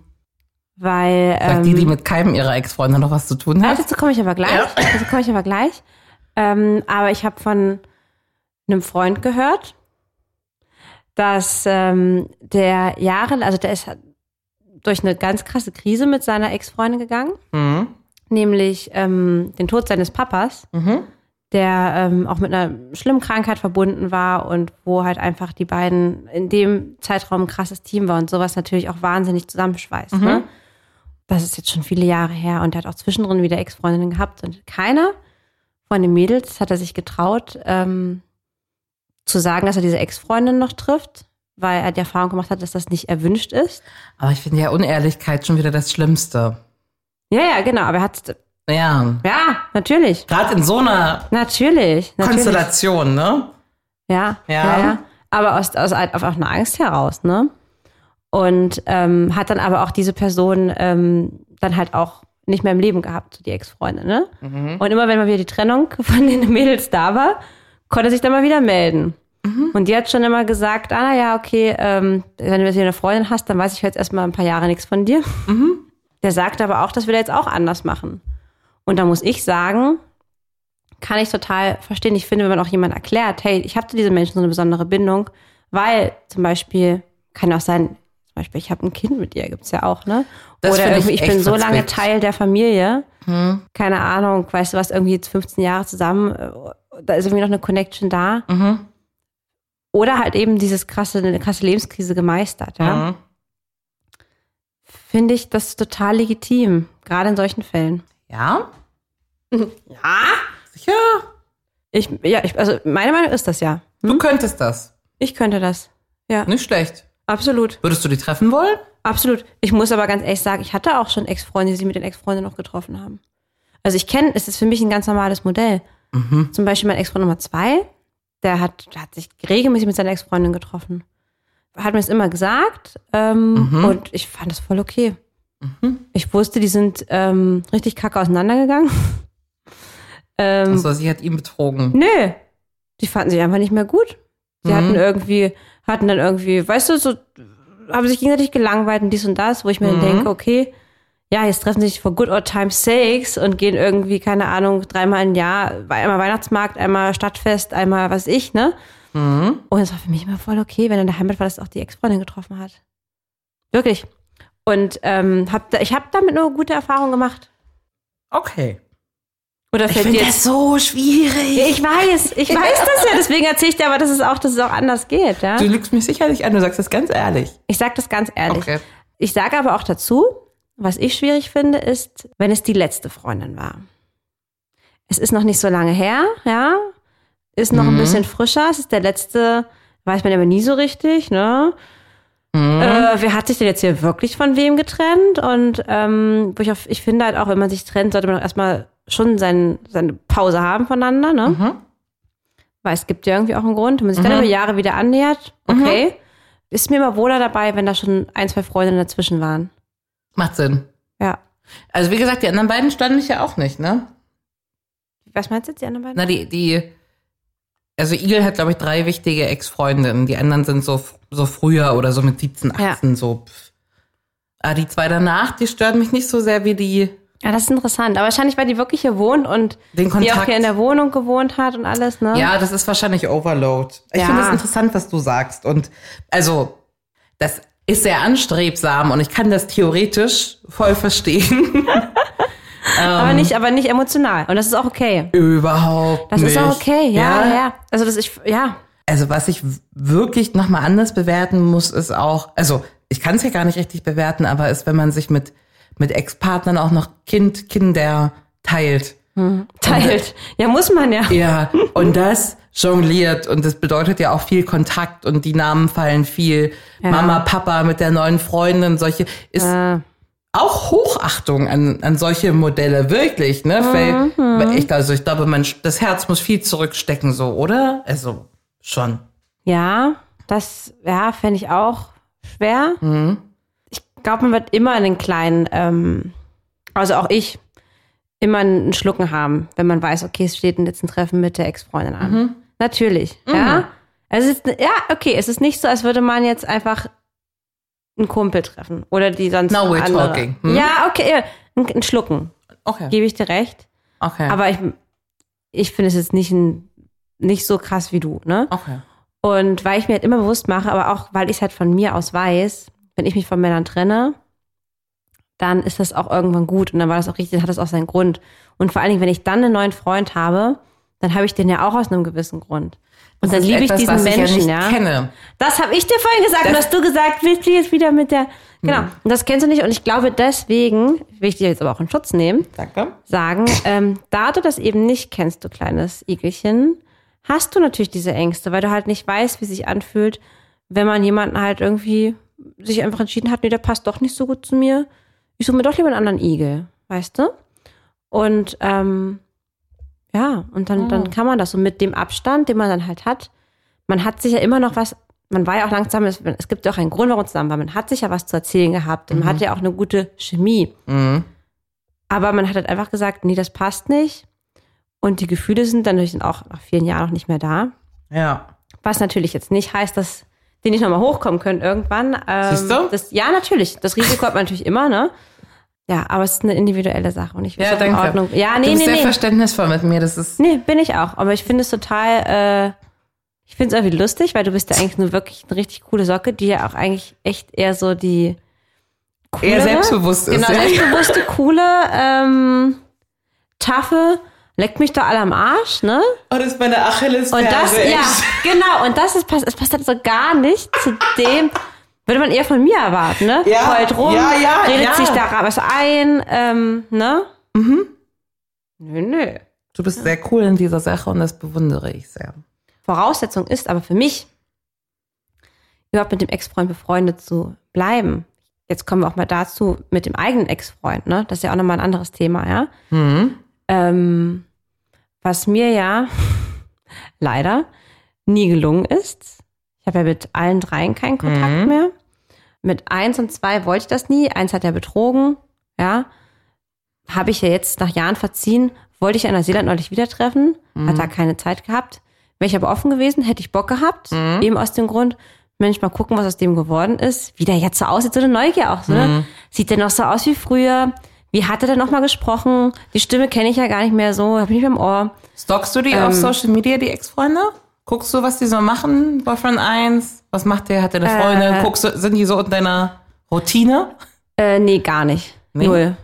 Speaker 2: Weil.
Speaker 1: Sagt
Speaker 2: Ähm,
Speaker 1: die, die mit keinem ihrer Ex-Freunde noch was zu tun
Speaker 2: Ah,
Speaker 1: hat.
Speaker 2: dazu komme ich aber gleich. Dazu komme ich aber gleich. Ähm, aber ich habe von einem Freund gehört, dass ähm, der Jahre, also der ist durch eine ganz krasse Krise mit seiner Ex-Freundin gegangen, nämlich ähm, den Tod seines Papas, der ähm, auch mit einer schlimmen Krankheit verbunden war und wo halt einfach die beiden in dem Zeitraum ein krasses Team war und sowas natürlich auch wahnsinnig zusammenschweißt. Ne? das ist jetzt schon viele Jahre her und er hat auch zwischendrin wieder Ex-Freundinnen gehabt und keiner von den Mädels hat er sich getraut, ähm, zu sagen, dass er diese Ex-Freundin noch trifft, weil er die Erfahrung gemacht hat, dass das nicht erwünscht ist.
Speaker 1: Aber ich finde ja Unehrlichkeit schon wieder das Schlimmste.
Speaker 2: Ja, ja, genau, aber er hat,
Speaker 1: Ja.
Speaker 2: ja, natürlich,
Speaker 1: Gerade in so einer
Speaker 2: natürlich, natürlich.
Speaker 1: Konstellation, ne?
Speaker 2: Ja,
Speaker 1: Ja.
Speaker 2: ja. ja, Aber aus, aus, auf einer Angst heraus, ne? Und ähm, hat dann aber auch diese Person ähm, dann halt auch nicht mehr im Leben gehabt, die Ex-Freundin, ne? Und immer wenn mal wieder die Trennung von den Mädels da war, konnte er sich dann mal wieder melden. Und die hat schon immer gesagt, ah, na ja, okay, ähm, wenn du jetzt hier eine Freundin hast, dann weiß ich jetzt erstmal ein paar Jahre nichts von dir. Der sagt aber auch, das will er jetzt auch anders machen. Und da muss ich sagen, kann ich total verstehen. Ich finde, wenn man auch jemand erklärt, hey, ich habe zu diesen Menschen so eine besondere Bindung, weil zum Beispiel, kann ja auch sein, zum Beispiel, ich habe ein Kind mit ihr, gibt's ja auch, ne?
Speaker 1: Das
Speaker 2: Oder
Speaker 1: finde ich
Speaker 2: irgendwie, ich,
Speaker 1: echt
Speaker 2: bin so lange
Speaker 1: verzwickt. Hm.
Speaker 2: Teil der Familie, keine Ahnung, weißt du was, irgendwie jetzt 15 Jahre zusammen, äh, da ist irgendwie noch eine Connection da.
Speaker 1: Mhm.
Speaker 2: Oder halt eben dieses krasse, eine krasse Lebenskrise gemeistert, ja.
Speaker 1: Mhm.
Speaker 2: Finde ich das total legitim, gerade in solchen Fällen.
Speaker 1: Ja? Ja? Sicher?
Speaker 2: Ich, ja, ich, also meine Meinung ist das ja.
Speaker 1: Du könntest das.
Speaker 2: Ich könnte das. Ja,
Speaker 1: Nicht schlecht.
Speaker 2: absolut.
Speaker 1: Würdest du die treffen wollen?
Speaker 2: Absolut. Ich muss aber ganz ehrlich sagen, ich hatte auch schon Ex-Freunde, die sich mit den Ex-Freunden noch getroffen haben. Also ich kenne, es ist für mich ein ganz normales Modell. Zum Beispiel mein Ex-Freund Nummer zwei, der hat, der hat sich regelmäßig mit seiner Ex-Freundin getroffen. Hat mir das immer gesagt ähm, und ich fand das voll okay. Ich wusste, die sind ähm, richtig kacke auseinandergegangen. ähm,
Speaker 1: Also sie hat ihn betrogen.
Speaker 2: Nö. Die fanden sich einfach nicht mehr gut. Sie hatten irgendwie, hatten dann irgendwie, weißt du, so, haben sich gegenseitig gelangweilt und dies und das, wo ich mir dann denke, okay, ja, jetzt treffen sie sich for good old time's sakes und gehen irgendwie, keine Ahnung, dreimal ein Jahr, einmal Weihnachtsmarkt, einmal Stadtfest, einmal was ich, ne? Und es war für mich immer voll okay, wenn in der Heimat war, dass auch die Ex-Freundin getroffen hat. Wirklich. Und ähm, hab da, ich habe damit nur gute Erfahrungen gemacht.
Speaker 1: Okay.
Speaker 2: Oder fällt dir jetzt
Speaker 1: so schwierig.
Speaker 2: ich weiß, ich weiß das ja. Deswegen erzähle ich dir aber, dass es auch, dass es auch anders geht. Ja?
Speaker 1: Du lügst mich sicherlich an, du sagst das ganz ehrlich.
Speaker 2: Ich sage das ganz ehrlich.
Speaker 1: Okay.
Speaker 2: Ich sage aber auch dazu, was ich schwierig finde, ist, wenn es die letzte Freundin war. Es ist noch nicht so lange her, ja. Ist noch ein bisschen frischer. Es ist der letzte, weiß man aber nie so richtig, ne? Äh, wer hat sich denn jetzt hier wirklich von wem getrennt? Und ähm, wo ich, auf, ich finde halt auch, wenn man sich trennt, sollte man auch erstmal schon sein, seine Pause haben voneinander, ne? Weil es gibt ja irgendwie auch einen Grund. Wenn man sich dann über Jahre wieder annähert, okay, ist mir immer wohler dabei, wenn da schon ein, zwei Freundinnen dazwischen waren.
Speaker 1: Macht Sinn.
Speaker 2: Ja.
Speaker 1: Also wie gesagt, die anderen beiden standen ich ja auch nicht, ne?
Speaker 2: Was meinst du jetzt, die anderen beiden?
Speaker 1: Na, die, die, also Igel hat, glaube ich, drei wichtige Ex-Freundinnen. Die anderen sind so, so früher oder so mit 17, 18, so. pff. Ah, die zwei danach, die stören mich nicht so sehr wie die.
Speaker 2: Ja, das ist interessant. Aber wahrscheinlich, weil die wirklich hier wohnt und
Speaker 1: Den
Speaker 2: die auch
Speaker 1: Kontakt.
Speaker 2: hier in der Wohnung gewohnt hat und alles, ne?
Speaker 1: Ja, das ist wahrscheinlich Overload. Ich
Speaker 2: Ja.
Speaker 1: finde es interessant, was du sagst. Und also, das ist sehr anstrebsam und ich kann das theoretisch voll verstehen.
Speaker 2: Aber nicht, aber nicht emotional. Und das ist auch okay.
Speaker 1: Überhaupt
Speaker 2: Das
Speaker 1: nicht.
Speaker 2: ist auch okay, ja, ja.
Speaker 1: ja.
Speaker 2: ja. Also das ich, ja.
Speaker 1: Also was ich w- wirklich nochmal anders bewerten muss, ist auch, also ich kann es ja gar nicht richtig bewerten, aber ist, wenn man sich mit, mit Ex-Partnern auch noch Kind, Kinder teilt.
Speaker 2: Teilt. Ja, muss man ja.
Speaker 1: Ja, und das jongliert und das bedeutet ja auch viel Kontakt und die Namen fallen viel. Mama, Papa mit der neuen Freundin, solche ist auch Hochachtung an, an solche Modelle wirklich, ne? Weil-
Speaker 2: Mhm.
Speaker 1: Weil ich, also ich glaube, man, das Herz muss viel zurückstecken, so, oder? Also schon.
Speaker 2: Ja, das, ja, fände ich auch schwer.
Speaker 1: Mhm.
Speaker 2: Ich glaube, man wird immer einen kleinen, ähm, also auch ich, immer einen Schlucken haben, wenn man weiß, okay, es steht jetzt ein Treffen mit der Ex-Freundin an.
Speaker 1: Mhm.
Speaker 2: Natürlich, ja. Es ist, ja, okay, es ist nicht so, als würde man jetzt einfach einen Kumpel treffen oder die sonst
Speaker 1: Now we're
Speaker 2: andere.
Speaker 1: talking, hm?
Speaker 2: Ja, okay, ja, ein, ein Schlucken,
Speaker 1: Okay.
Speaker 2: gebe ich dir recht.
Speaker 1: Okay.
Speaker 2: Aber ich, ich finde es jetzt nicht, ein, nicht so krass wie du, ne?
Speaker 1: okay.
Speaker 2: Und weil ich mir halt immer bewusst mache, aber auch weil ich es halt von mir aus weiß, wenn ich mich von Männern trenne, dann ist das auch irgendwann gut und dann war das auch richtig, dann hat das auch seinen Grund. Und vor allen Dingen, wenn ich dann einen neuen Freund habe, dann habe ich den ja auch aus einem gewissen Grund. Und dann
Speaker 1: ist
Speaker 2: liebe ich
Speaker 1: etwas,
Speaker 2: diesen
Speaker 1: was
Speaker 2: Menschen,
Speaker 1: ich ja.
Speaker 2: ja.
Speaker 1: Nicht kenne.
Speaker 2: Das habe ich dir vorhin gesagt und
Speaker 1: Das- Hm.
Speaker 2: hast du gesagt, willst du jetzt wieder mit der. Genau. Und das kennst du nicht. Und ich glaube, deswegen, will ich dir jetzt aber auch in Schutz nehmen,
Speaker 1: Danke.
Speaker 2: sagen, ähm, da du das eben nicht kennst, du kleines Igelchen, hast du natürlich diese Ängste, weil du halt nicht weißt, wie sich anfühlt, wenn man jemanden halt irgendwie sich einfach entschieden hat, nee, der passt doch nicht so gut zu mir. Ich suche mir doch lieber einen anderen Igel, weißt du? Und ähm, ja, und dann, dann kann man das. Und mit dem Abstand, den man dann halt hat, man hat sich ja immer noch was, man war ja auch langsam, es, es gibt ja auch einen Grund, warum man zusammen war, man hat sich ja was zu erzählen gehabt und man hat ja auch eine gute Chemie. Aber man hat halt einfach gesagt, nee, das passt nicht. Und die Gefühle sind dann natürlich auch nach vielen Jahren noch nicht mehr da.
Speaker 1: Ja.
Speaker 2: Was natürlich jetzt nicht heißt, dass die nicht nochmal hochkommen können irgendwann. Ähm,
Speaker 1: Siehst du?
Speaker 2: Das, ja, natürlich. Das Risiko hat man natürlich immer, ne? Ja, aber es ist eine individuelle Sache und ich finde
Speaker 1: Ja,
Speaker 2: es auch in
Speaker 1: danke.
Speaker 2: Ordnung. Ja,
Speaker 1: du
Speaker 2: nee,
Speaker 1: bist
Speaker 2: nee,
Speaker 1: sehr
Speaker 2: nee.
Speaker 1: verständnisvoll mit mir. Das ist
Speaker 2: Nee, bin ich auch. Aber ich finde es total, äh, ich finde es irgendwie lustig, weil du bist ja eigentlich nur wirklich eine richtig coole Socke, die ja auch eigentlich echt eher so die coolere,
Speaker 1: eher selbstbewusst ist.
Speaker 2: Genau, selbstbewusste, coole, ähm, taffe, leckt mich doch alle am Arsch, ne?
Speaker 1: Oh, das ist meine Achillesferse.
Speaker 2: Und das, ja, genau, und das ist, passt, es passt halt so gar nicht zu dem, würde man eher von mir erwarten, ne?
Speaker 1: Ja,
Speaker 2: Heult rum,
Speaker 1: ja, ja,
Speaker 2: redet
Speaker 1: ja.
Speaker 2: sich da was ein, ähm, ne? Mhm. Nö, nö.
Speaker 1: Du bist sehr cool in dieser Sache und das bewundere ich sehr.
Speaker 2: Voraussetzung ist aber für mich, überhaupt mit dem Ex-Freund befreundet zu bleiben. Jetzt kommen wir auch mal dazu mit dem eigenen Ex-Freund, ne? Das ist ja auch nochmal ein anderes Thema, ja? Ähm, was mir ja leider nie gelungen ist. Ich habe ja mit allen dreien keinen Kontakt mehr. Mit eins und zwei wollte ich das nie. Eins hat er betrogen, ja. Habe ich ja jetzt nach Jahren verziehen, wollte ich in Neuseeland neulich wieder treffen, hat da keine Zeit gehabt. Wäre ich aber offen gewesen, hätte ich Bock gehabt, eben aus dem Grund, Mensch, mal gucken, was aus dem geworden ist. Wie der jetzt so aussieht, so eine Neugier auch, so, ne? Sieht der noch so aus wie früher? Wie hat er denn nochmal gesprochen? Die Stimme kenne ich ja gar nicht mehr so, habe ich nicht mehr im Ohr.
Speaker 1: Stalkst du die auf Social Media, die Ex-Freunde? Guckst du, was die so machen? Boyfriend 1? Was macht der? Hat der eine Freundin? Guckst du, sind die so in deiner Routine?
Speaker 2: Äh, nee, gar nicht. Null.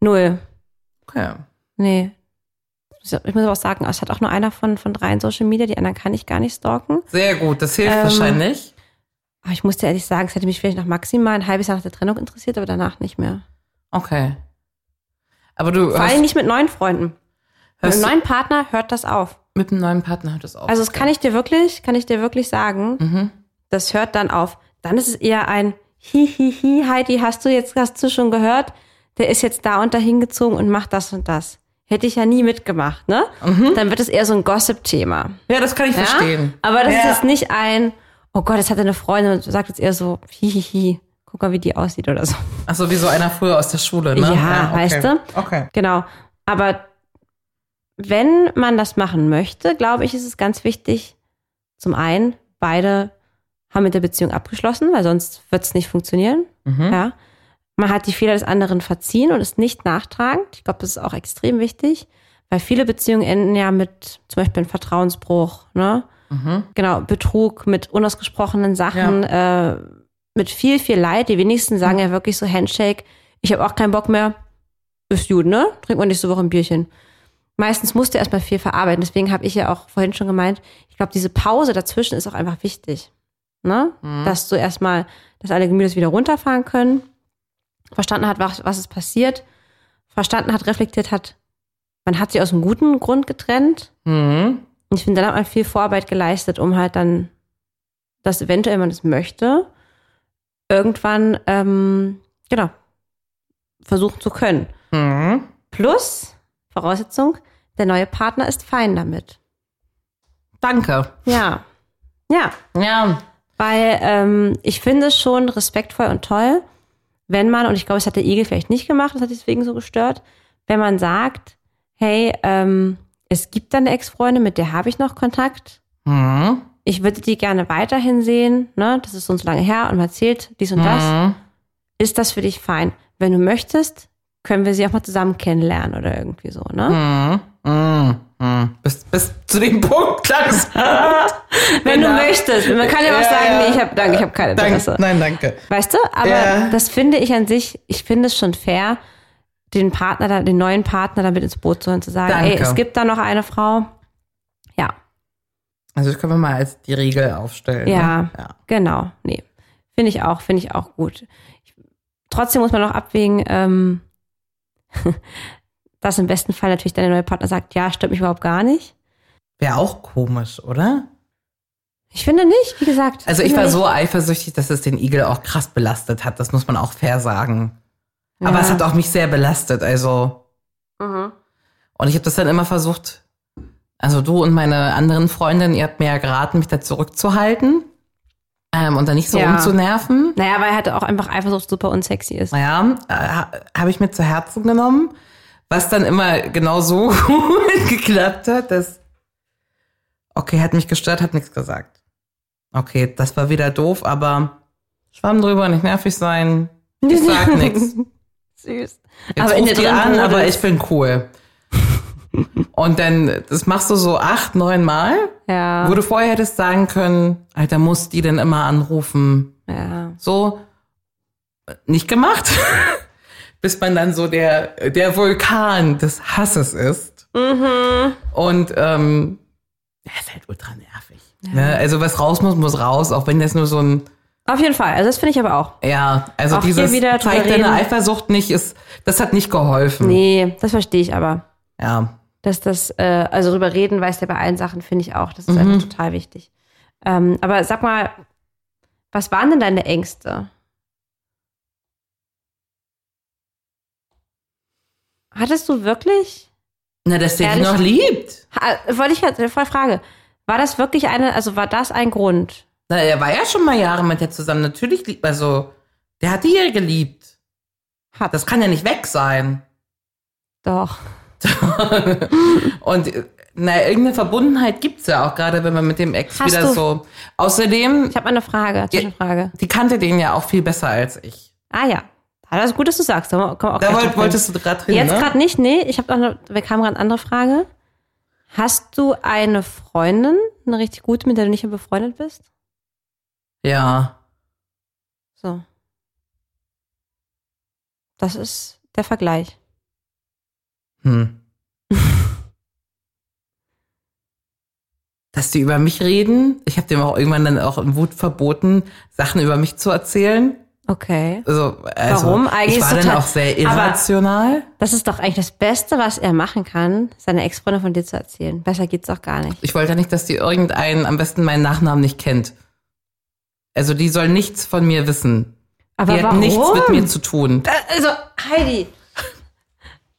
Speaker 2: Null.
Speaker 1: Okay.
Speaker 2: Nee. Ich muss aber auch sagen, es hat auch nur einer von, von drei in Social Media, die anderen kann ich gar nicht stalken.
Speaker 1: Sehr gut, das hilft wahrscheinlich.
Speaker 2: Aber ich muss dir ehrlich sagen, es hätte mich vielleicht noch maximal ein halbes Jahr nach der Trennung interessiert, aber danach nicht mehr.
Speaker 1: Okay. Aber du
Speaker 2: Vor allem nicht mit neuen Freunden. Mit
Speaker 1: hörst
Speaker 2: einem
Speaker 1: du-
Speaker 2: neuen Partner hört das auf.
Speaker 1: mit einem neuen Partner hört das auf. Mhm.
Speaker 2: Also das kann ich dir wirklich, kann ich dir wirklich sagen, das hört dann auf. dann ist es eher ein Hihihi, Heidi, hast du jetzt, hast du schon gehört, der ist jetzt da und da hingezogen und macht das und das. Hätte ich ja nie mitgemacht, ne?
Speaker 1: Mhm.
Speaker 2: Dann wird es eher so ein Gossip-Thema.
Speaker 1: Ja, das kann ich
Speaker 2: Ja?
Speaker 1: verstehen.
Speaker 2: Aber das
Speaker 1: Ja.
Speaker 2: ist jetzt nicht ein, oh Gott, jetzt hat er eine Freundin und sagt jetzt eher so, hihihi, guck mal, wie die aussieht oder so.
Speaker 1: Ach so, wie so einer früher aus der Schule, ne?
Speaker 2: Ja,
Speaker 1: okay.
Speaker 2: weißt du?
Speaker 1: Okay.
Speaker 2: Genau. Aber wenn man das machen möchte, glaube ich, ist es ganz wichtig, zum einen, beide haben mit der Beziehung abgeschlossen, weil sonst wird es nicht funktionieren. Ja. Man hat die Fehler des anderen verziehen und ist nicht nachtragend. Ich glaube, das ist auch extrem wichtig, weil viele Beziehungen enden ja mit zum Beispiel einem Vertrauensbruch, ne? Genau, Betrug mit unausgesprochenen Sachen, äh, mit viel, viel Leid. Die wenigsten sagen ja wirklich so Handshake, ich habe auch keinen Bock mehr, ist gut, ne? Trinkt man nächste Woche ein Bierchen. Meistens musst du erstmal viel verarbeiten. Deswegen habe ich ja auch vorhin schon gemeint, ich glaube, diese Pause dazwischen ist auch einfach wichtig. Ne? Dass du erstmal, dass alle Gemütes wieder runterfahren können, verstanden hat, was, was ist passiert, verstanden hat, reflektiert hat, man hat sich aus einem guten Grund getrennt.
Speaker 1: Mhm.
Speaker 2: Und ich finde, dann hat man viel Vorarbeit geleistet, um halt dann, dass eventuell man das möchte, irgendwann, ähm, genau, versuchen zu können.
Speaker 1: Mhm.
Speaker 2: Plus, Voraussetzung, der neue Partner ist fein damit.
Speaker 1: Danke.
Speaker 2: Ja. Ja.
Speaker 1: Ja.
Speaker 2: Weil ähm, ich finde es schon respektvoll und toll, wenn man, und ich glaube, es hat der Igel vielleicht nicht gemacht, das hat deswegen so gestört, wenn man sagt, hey, ähm, es gibt da eine Ex-Freundin, mit der habe ich noch Kontakt.
Speaker 1: Mhm.
Speaker 2: Ich würde die gerne weiterhin sehen, ne? Das ist uns lange her und man erzählt dies und das.
Speaker 1: Mhm.
Speaker 2: Ist das für dich fein? Wenn du möchtest, können wir sie auch mal zusammen kennenlernen oder irgendwie so, ne?
Speaker 1: Mhm. Mhm. Bis, bis zu dem Punkt klang's.
Speaker 2: Wenn du
Speaker 1: genau.
Speaker 2: möchtest. Man kann ja auch
Speaker 1: Ja,
Speaker 2: sagen,
Speaker 1: ja.
Speaker 2: nee, ich habe danke, ich habe keine Interesse.
Speaker 1: Danke. Nein, danke.
Speaker 2: Weißt du? Aber
Speaker 1: Ja.
Speaker 2: das finde ich an sich, ich finde es schon fair, den Partner, da, den neuen Partner damit ins Boot zu holen, zu sagen,
Speaker 1: Danke.
Speaker 2: ey, es gibt da noch eine Frau. Ja,
Speaker 1: Also das können wir mal als die Regel aufstellen.
Speaker 2: ja,
Speaker 1: Ne? ja.
Speaker 2: genau. Nee. Finde ich auch, finde ich auch gut. Ich, trotzdem muss man auch abwägen, ähm, dass im besten Fall natürlich dann der neue Partner sagt, ja, stört mich überhaupt gar nicht.
Speaker 1: Wäre auch komisch, oder?
Speaker 2: Ich finde nicht, wie gesagt.
Speaker 1: Also ich war
Speaker 2: finde nicht.
Speaker 1: so eifersüchtig, dass es den Igel auch krass belastet hat. Das muss man auch fair sagen. Aber es hat auch mich sehr belastet. Also
Speaker 2: Mhm.
Speaker 1: und ich habe das dann immer versucht. Also du und meine anderen Freundinnen, ihr habt mir ja geraten, mich da zurückzuhalten ähm, und da nicht so
Speaker 2: Ja.
Speaker 1: rumzunerven.
Speaker 2: Naja, weil er halt auch einfach Eifersucht super unsexy ist.
Speaker 1: Naja, äh, ha- habe ich mir zu Herzen genommen, was dann immer genau so gut geklappt hat, dass, okay, hat mich gestört, hat nichts gesagt. Okay, das war wieder doof, aber schwamm drüber, nicht nervig sein, ich sag nichts.
Speaker 2: Süß.
Speaker 1: Jetzt aber ruf die an,
Speaker 2: Brudel's-
Speaker 1: aber ich bin cool. Und dann, das machst du so acht, neun Mal,
Speaker 2: Ja.
Speaker 1: wo du vorher hättest sagen können, Alter, muss die denn immer anrufen?
Speaker 2: ja.
Speaker 1: so äh, nicht gemacht, bis man dann so der, der Vulkan des Hasses ist.
Speaker 2: Mhm.
Speaker 1: Und ähm, der ist halt ultra nervig. Ne? Also was raus muss, muss raus, auch wenn das nur so ein,
Speaker 2: Auf jeden Fall. Also das finde ich aber auch.
Speaker 1: ja, also
Speaker 2: Auch hier
Speaker 1: dieses
Speaker 2: wieder drüber
Speaker 1: zeigt deine
Speaker 2: reden.
Speaker 1: Eifersucht nicht, ist, das hat nicht geholfen.
Speaker 2: Nee, das verstehe ich aber.
Speaker 1: Ja.
Speaker 2: Dass das, äh, also drüber reden weiß der bei allen Sachen, finde ich auch. Das ist
Speaker 1: Mhm.
Speaker 2: einfach total wichtig. Ähm, aber sag mal, was waren denn deine Ängste? Hattest du wirklich?
Speaker 1: Na, dass der dich
Speaker 2: Ehrlich?
Speaker 1: noch liebt.
Speaker 2: Ha, wollte ich jetzt eine Frage. War das wirklich eine, also war das ein Grund?
Speaker 1: Na, er war ja schon mal Jahre mit der zusammen. Natürlich liebt, also, der hat die ja geliebt.
Speaker 2: Hat
Speaker 1: Das kann ja nicht weg sein.
Speaker 2: doch.
Speaker 1: Und äh, na, irgendeine Verbundenheit gibt's ja auch gerade, wenn man mit dem Ex
Speaker 2: Hast
Speaker 1: wieder
Speaker 2: du-
Speaker 1: so. Außerdem,
Speaker 2: Ich habe mal eine Frage, Zwischenfrage.
Speaker 1: die kannte den ja auch viel besser als ich.
Speaker 2: Ah ja. Ah, Das ist gut, dass du sagst. Da wollen wir- kommen wir auch
Speaker 1: Da
Speaker 2: gleich
Speaker 1: wollt,
Speaker 2: drauf hin.
Speaker 1: wolltest du gerade hin,
Speaker 2: Jetzt
Speaker 1: ne?
Speaker 2: gerade nicht, nee. Ich habe noch eine, wir kamen gerade eine andere Frage. Hast du eine Freundin, eine richtig gute, mit der du nicht mehr befreundet bist?
Speaker 1: Ja.
Speaker 2: So. Das ist der Vergleich.
Speaker 1: Hm. Dass die über mich reden. Ich habe dem auch irgendwann dann auch in Wut verboten, Sachen über mich zu erzählen.
Speaker 2: Okay.
Speaker 1: Also, also
Speaker 2: Warum?
Speaker 1: Ich
Speaker 2: Eigentlich ist
Speaker 1: war dann
Speaker 2: total-
Speaker 1: auch sehr
Speaker 2: aber-
Speaker 1: irrational.
Speaker 2: Das ist doch eigentlich das Beste, was er machen kann, seine Ex-Freundin von dir zu erzählen. Besser geht's auch gar nicht.
Speaker 1: Ich wollte ja nicht, dass die irgendeinen, am besten meinen Nachnamen nicht kennt. Also die soll nichts von mir wissen.
Speaker 2: Aber
Speaker 1: die
Speaker 2: warum?
Speaker 1: hat nichts mit mir zu tun.
Speaker 2: Also, Heidi.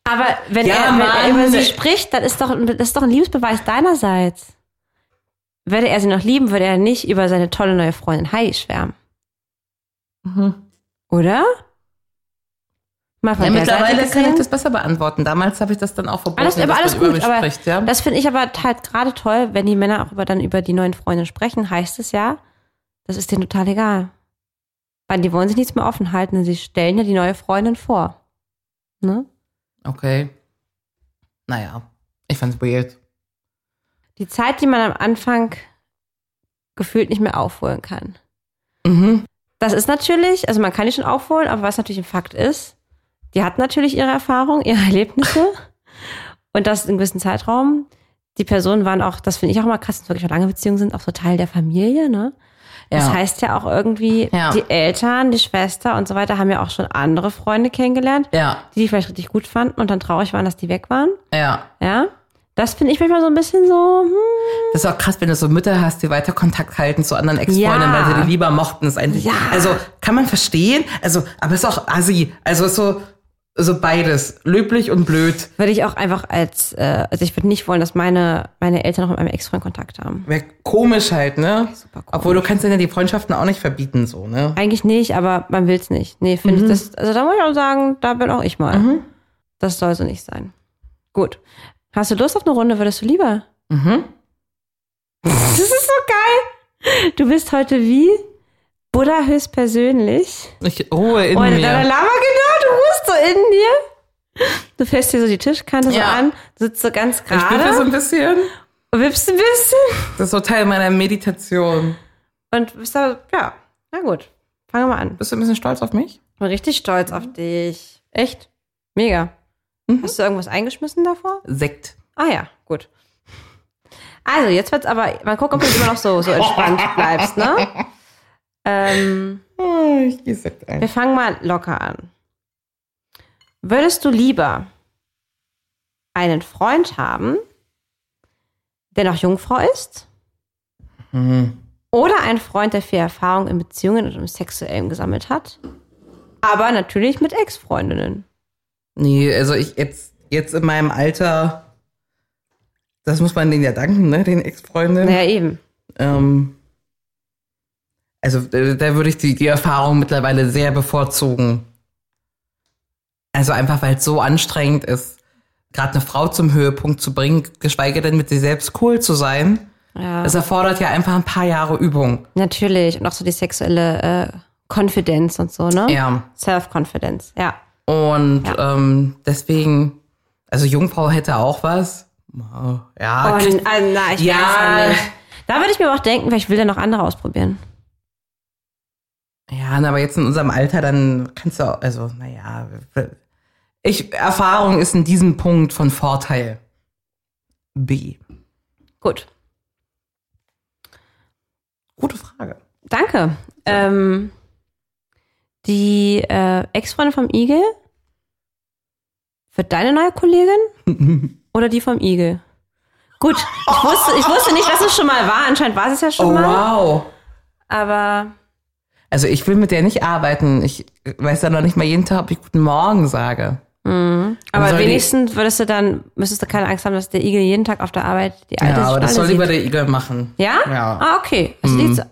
Speaker 2: Aber wenn,
Speaker 1: Ja,
Speaker 2: er, wenn er
Speaker 1: Mann.
Speaker 2: über sie spricht, dann ist doch, das ist doch ein Liebesbeweis deinerseits. Würde er sie noch lieben, würde er nicht über seine tolle neue Freundin Heidi schwärmen. Oder? Mal von
Speaker 1: Mhm. Ja,
Speaker 2: der Seite
Speaker 1: mittlerweile kann
Speaker 2: gesehen.
Speaker 1: ich das besser beantworten. Damals habe ich das dann auch verboten,
Speaker 2: Alles, aber
Speaker 1: dass
Speaker 2: alles
Speaker 1: man über
Speaker 2: gut,
Speaker 1: mich
Speaker 2: aber
Speaker 1: spricht. Ja?
Speaker 2: das finde ich aber halt gerade toll, wenn die Männer auch über, dann über die neuen Freunde sprechen, heißt es ja, das ist denen total egal. Weil die wollen sich nichts mehr offen halten, denn sie stellen ja die neue Freundin vor. Ne?
Speaker 1: okay. Naja, ich fand's weird.
Speaker 2: Die Zeit, die man am Anfang gefühlt nicht mehr aufholen kann.
Speaker 1: Mhm.
Speaker 2: Das ist natürlich, also man kann die schon aufholen, aber was natürlich ein Fakt ist, die hat natürlich ihre Erfahrung, ihre Erlebnisse und das in einem gewissen Zeitraum. Die Personen waren auch, das finde ich auch mal krass, dass wirklich auch lange Beziehungen sind, auch so Teil der Familie, ne? Das
Speaker 1: Ja.
Speaker 2: heißt ja auch irgendwie,
Speaker 1: Ja.
Speaker 2: die Eltern, die Schwester und so weiter haben ja auch schon andere Freunde kennengelernt,
Speaker 1: Ja,
Speaker 2: die die vielleicht richtig gut fanden und dann traurig waren, dass die weg waren.
Speaker 1: ja.
Speaker 2: Ja. Das finde ich manchmal so ein bisschen so, hm,
Speaker 1: Das ist auch krass, wenn du so Mütter hast, die weiter Kontakt halten zu anderen Ex-Freundinnen,
Speaker 2: Ja.
Speaker 1: weil sie die lieber mochten. Ist eigentlich,
Speaker 2: Ja.
Speaker 1: Also kann man verstehen, also, aber ist auch assi. Also ist so, so beides. Löblich und blöd.
Speaker 2: würde ich auch einfach als, äh, also ich würde nicht wollen, dass meine, meine Eltern noch mit meinem Ex-Freund Kontakt haben.
Speaker 1: Wär komisch halt, ne?
Speaker 2: Super komisch.
Speaker 1: Obwohl du kannst ja die Freundschaften auch nicht verbieten, so, ne?
Speaker 2: Eigentlich nicht, aber man will's nicht. Nee, finde
Speaker 1: Mhm.
Speaker 2: ich das. Also da muss ich auch sagen, da bin auch ich mal. Das soll so nicht sein. Gut. Hast du Lust auf eine Runde? Würdest du lieber?
Speaker 1: Mhm.
Speaker 2: Das ist so geil. Du bist heute wie Buddha höchstpersönlich.
Speaker 1: Ich ruhe in
Speaker 2: Oh, der
Speaker 1: mir.
Speaker 2: Dalai Lama, genau, du ruhst so in dir. Du fährst dir so die Tischkante so
Speaker 1: Ja.
Speaker 2: an, sitzt so ganz
Speaker 1: ich bin so
Speaker 2: gerade,
Speaker 1: ein bisschen.
Speaker 2: wippst ein bisschen
Speaker 1: Das ist so Teil meiner Meditation.
Speaker 2: und bist da, ja, na gut. Fangen wir mal an. Mhm.
Speaker 1: Bist du ein bisschen stolz auf mich?
Speaker 2: Ich bin richtig stolz auf dich. Echt? Mega. Hast du irgendwas eingeschmissen davor?
Speaker 1: Sekt.
Speaker 2: Ah ja, gut. Also, jetzt wird's aber, mal gucken, ob du immer noch so, so entspannt bleibst, ne? Ähm,
Speaker 1: Ah, Ich gehe Sekt ein.
Speaker 2: wir fangen mal locker an. Würdest du lieber einen Freund haben, der noch Jungfrau ist? Mhm. Oder einen Freund, der viel Erfahrung in Beziehungen und im Sexuellen gesammelt hat? Aber natürlich mit Ex-Freundinnen.
Speaker 1: Nee, also ich jetzt, jetzt in meinem Alter, das muss man denen ja danken, ne? Den Ex-Freundinnen.
Speaker 2: Naja, eben.
Speaker 1: Ähm, also äh, da würde ich die, die Erfahrung mittlerweile sehr bevorzugen. Also einfach, weil es so anstrengend ist, gerade eine Frau zum Höhepunkt zu bringen, geschweige denn mit sich selbst cool zu sein.
Speaker 2: Ja.
Speaker 1: Das erfordert ja einfach ein paar Jahre Übung.
Speaker 2: Natürlich. Und auch so die sexuelle äh, Confidence und so, ne?
Speaker 1: Ja.
Speaker 2: Self-Confidence, ja.
Speaker 1: Und ähm, deswegen, also Jungfrau hätte auch was. Ja,
Speaker 2: Oh,
Speaker 1: kriegt-
Speaker 2: n- ah, na, ich
Speaker 1: Ja.
Speaker 2: weiß ja nicht. Da würde ich mir aber auch denken, vielleicht will er noch andere ausprobieren.
Speaker 1: Ja, na, aber jetzt in unserem Alter, dann kannst du, auch- also, naja, ich, Erfahrung ist in diesem Punkt von Vorteil. B.
Speaker 2: Gut,
Speaker 1: Gute Frage.
Speaker 2: danke. Ähm, die äh, Ex-Freundin vom Igel wird deine neue Kollegin oder die vom Igel? Gut, ich wusste, ich wusste nicht, dass es schon mal war. Anscheinend war es ja schon
Speaker 1: Oh,
Speaker 2: mal.
Speaker 1: wow.
Speaker 2: Aber
Speaker 1: Also, ich will mit der nicht arbeiten. Ich weiß ja noch nicht mal jeden Tag, ob ich Guten Morgen sage.
Speaker 2: Aber
Speaker 1: soll die-
Speaker 2: wenigstens würdest du dann, müsstest du keine Angst haben, dass der Igel jeden Tag auf der Arbeit die alte
Speaker 1: Ja, aber das
Speaker 2: Schnalle
Speaker 1: soll lieber
Speaker 2: sieht.
Speaker 1: der Igel machen.
Speaker 2: Ja?
Speaker 1: Ja. Mhm.
Speaker 2: Ah, okay. Also die jetzt,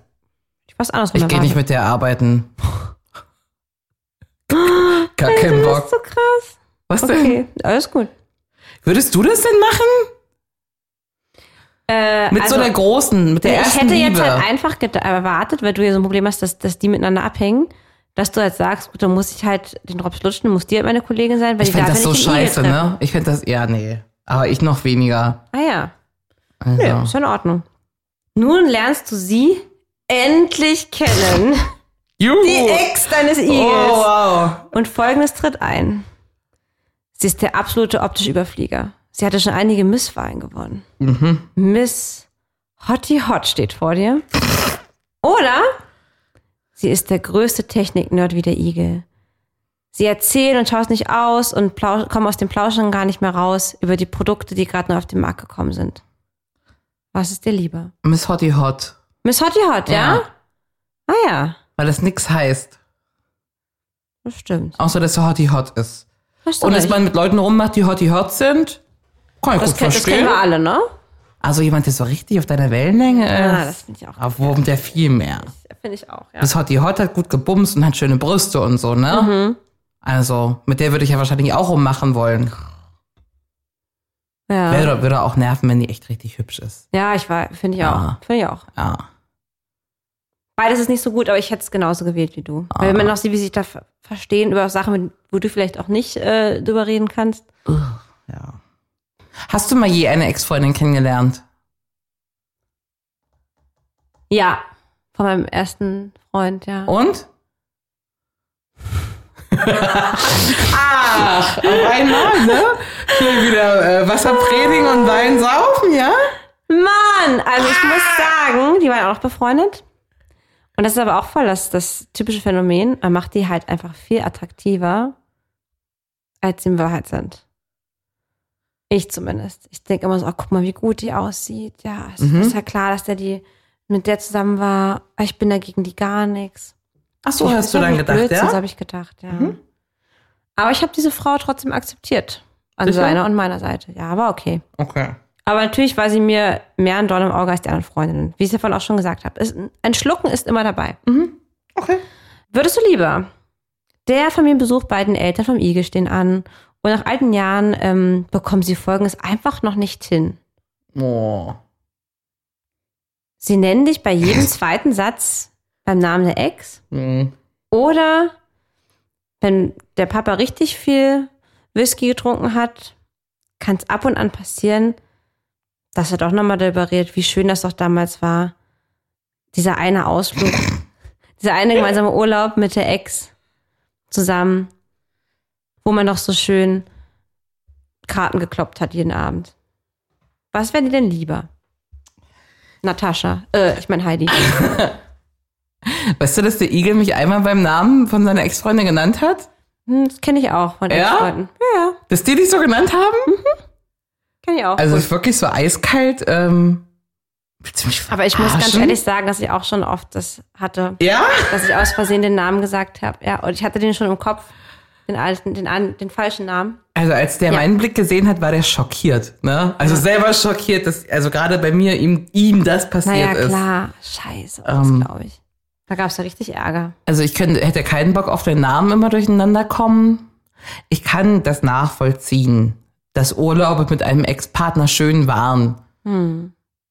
Speaker 2: ich was anderes
Speaker 1: Ich gehe nicht mit der arbeiten. Gar keinen
Speaker 2: Das
Speaker 1: Bock.
Speaker 2: ist so krass.
Speaker 1: Was denn?
Speaker 2: Okay, alles gut.
Speaker 1: Würdest du das denn machen?
Speaker 2: Äh,
Speaker 1: Mit
Speaker 2: also,
Speaker 1: so einer großen, mit der
Speaker 2: ich
Speaker 1: ersten
Speaker 2: hätte
Speaker 1: Liebe.
Speaker 2: jetzt halt einfach ged- erwartet, weil du ja so ein Problem hast, dass, dass die miteinander abhängen, dass du halt sagst, gut, dann muss ich halt den Drops lutschen, dann muss die halt meine Kollegin sein, weil
Speaker 1: ich
Speaker 2: die darf
Speaker 1: fände
Speaker 2: ja
Speaker 1: das
Speaker 2: nicht
Speaker 1: so
Speaker 2: den Igel
Speaker 1: scheiße,
Speaker 2: treffen.
Speaker 1: ne? Ich fände das, ja, nee. Aber ich noch weniger.
Speaker 2: Ah ja,
Speaker 1: Also.
Speaker 2: ja, ist ja in Ordnung. Nun lernst du sie endlich kennen.
Speaker 1: Juhu.
Speaker 2: Die Ex deines Igels.
Speaker 1: Oh, wow.
Speaker 2: Und folgendes tritt ein. Sie ist der absolute optische Überflieger. Sie hatte schon einige Misswahlen gewonnen.
Speaker 1: Mhm.
Speaker 2: Miss Hottie Hot steht vor dir. Oder sie ist der größte Technik-Nerd wie der Igel. Sie erzählen und schaust nicht aus und plau- kommen aus dem Plauschen gar nicht mehr raus über die Produkte, die gerade neu auf den Markt gekommen sind. Was ist dir lieber?
Speaker 1: Miss Hottie Hot.
Speaker 2: Miss Hottie Hot, ja? Ah ja,
Speaker 1: weil das nix heißt.
Speaker 2: das stimmt.
Speaker 1: Außer, dass der Hottie hot ist.
Speaker 2: Hast du
Speaker 1: Oh, Und dass
Speaker 2: recht.
Speaker 1: man mit Leuten rummacht, die Hottie hot sind, kann ich
Speaker 2: das,
Speaker 1: gut
Speaker 2: kenn, das
Speaker 1: verstehen.
Speaker 2: kennen wir alle, ne?
Speaker 1: also jemand, der so richtig auf deiner Wellenlänge ist,
Speaker 2: Ah, das finde ich auch.
Speaker 1: auf wurmt der viel mehr.
Speaker 2: Finde ich auch, ja.
Speaker 1: Das Hottie Hot hat halt gut gebumst und hat schöne Brüste und so, ne? Also, mit der würde ich ja wahrscheinlich auch rummachen wollen.
Speaker 2: Ja,
Speaker 1: Würde, würde auch nerven, wenn die echt richtig hübsch ist.
Speaker 2: ja ich war, finde ich
Speaker 1: Ah.
Speaker 2: auch. Finde ich auch.
Speaker 1: Ja.
Speaker 2: Beides ist nicht so gut, aber ich hätte es genauso gewählt wie du.
Speaker 1: Ah.
Speaker 2: Weil wenn man noch sieht, wie sich da ver- verstehen über Sachen, mit- wo du vielleicht auch nicht äh, drüber reden kannst.
Speaker 1: ja. Hast du mal je eine Ex-Freundin kennengelernt?
Speaker 2: Ja, von meinem ersten Freund, ja.
Speaker 1: Und? Ach, auf einmal, ne? Hier wieder äh, Wasser predigen und Wein saufen, ja?
Speaker 2: Mann, also ich muss
Speaker 1: Ah!
Speaker 2: sagen, die waren auch noch befreundet. Und das ist aber auch voll das, das typische Phänomen. Man macht die halt einfach viel attraktiver, als sie in Wahrheit sind. Ich zumindest. Ich denke immer so, oh, guck mal, wie gut die aussieht. Ja, es
Speaker 1: Mhm.
Speaker 2: ist ja klar, dass der die mit der zusammen war. Aber Ich bin dagegen die gar nichts.
Speaker 1: Ach so, hast du
Speaker 2: Das
Speaker 1: dann
Speaker 2: ist
Speaker 1: gedacht,
Speaker 2: Blödsinn,
Speaker 1: ja? Mhm.
Speaker 2: Das habe ich gedacht, ja. Aber ich habe diese Frau trotzdem akzeptiert. An
Speaker 1: Sicher?
Speaker 2: seiner und meiner Seite. Ja, aber okay.
Speaker 1: Okay.
Speaker 2: Aber natürlich war sie mir mehr ein Dorn im Auge als die anderen Freundinnen. Wie ich es davon auch schon gesagt habe. Ist, ein Schlucken ist immer dabei.
Speaker 1: Okay.
Speaker 2: Würdest du lieber? Der Familienbesuch bei den Eltern vom Igel stehen an. Und nach alten Jahren ähm, bekommen sie Folgendes einfach noch nicht hin.
Speaker 1: Oh.
Speaker 2: Sie nennen dich bei jedem zweiten Satz beim Namen der Ex.
Speaker 1: Hm.
Speaker 2: Oder wenn der Papa richtig viel Whisky getrunken hat, kann es ab und an passieren, dass er doch nochmal darüber redet, wie schön das doch damals war. Dieser eine Ausflug, dieser eine gemeinsame Urlaub mit der Ex zusammen, wo man doch so schön Karten gekloppt hat jeden Abend. Was wäre dir denn lieber? Natascha, äh, ich meine Heidi.
Speaker 1: Weißt du, dass der Igel mich einmal beim Namen von seiner Ex-Freundin genannt hat?
Speaker 2: Hm, Das kenne ich auch von
Speaker 1: Ja?
Speaker 2: Ex-Freunden. Ja, ja,
Speaker 1: Dass die dich so genannt haben?
Speaker 2: kenne ich auch.
Speaker 1: Mhm. Also ist wirklich so eiskalt. Ähm, willst du mich
Speaker 2: Aber ich muss ganz
Speaker 1: verarschen?
Speaker 2: ehrlich sagen, dass ich auch schon oft das hatte,
Speaker 1: Ja?
Speaker 2: dass ich aus Versehen den Namen gesagt habe. Ja, und ich hatte den schon im Kopf, den alten, den, an, den falschen Namen.
Speaker 1: Also als der
Speaker 2: Ja.
Speaker 1: meinen Blick gesehen hat, war der schockiert. Ne? Also selber schockiert, dass also gerade bei mir ihm, ihm das
Speaker 2: Naja,
Speaker 1: passiert ist.
Speaker 2: klar. Scheiße, war das
Speaker 1: Ähm.
Speaker 2: glaube ich. Da gab es ja richtig Ärger.
Speaker 1: Also ich könnte, hätte keinen Bock auf den Namen immer durcheinander kommen. Ich kann das nachvollziehen, dass Urlaube mit einem Ex-Partner schön waren.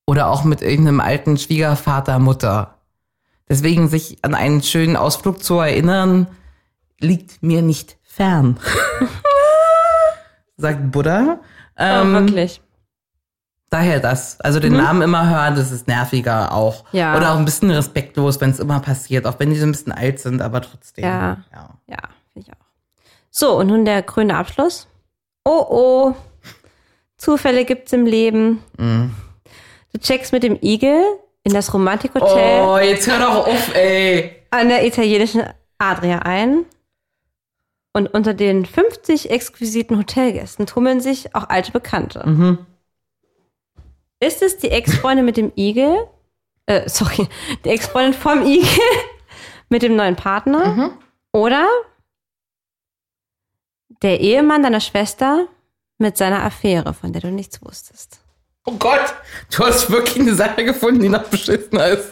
Speaker 1: Oder auch mit irgendeinem alten Schwiegervater, Mutter. Deswegen sich an einen schönen Ausflug zu erinnern, liegt mir nicht fern. Sagt Buddha. Ähm,
Speaker 2: wirklich.
Speaker 1: Daher das. Also den Namen immer hören, das ist nerviger auch.
Speaker 2: Mhm. Ja.
Speaker 1: Oder auch ein bisschen respektlos, wenn es immer passiert, auch wenn die so ein bisschen alt sind, aber trotzdem.
Speaker 2: Ja.
Speaker 1: ja.
Speaker 2: Ja, finde ich auch. So, und nun der grüne Abschluss. Oh oh. Zufälle gibt's im Leben.
Speaker 1: Mhm.
Speaker 2: Du checkst mit dem Igel in das Romantikhotel
Speaker 1: Oh, jetzt hör doch auf, ey.
Speaker 2: an der italienischen Adria ein. Und unter den 50 exquisiten Hotelgästen tummeln sich auch alte Bekannte. Ist es die Ex-Freundin mit dem Igel? Äh, sorry, die Ex-Freundin vom Igel mit dem neuen Partner? Oder der Ehemann deiner Schwester mit seiner Affäre, von der du nichts wusstest?
Speaker 1: Oh Gott, du hast wirklich eine Sache gefunden, die noch beschissener ist.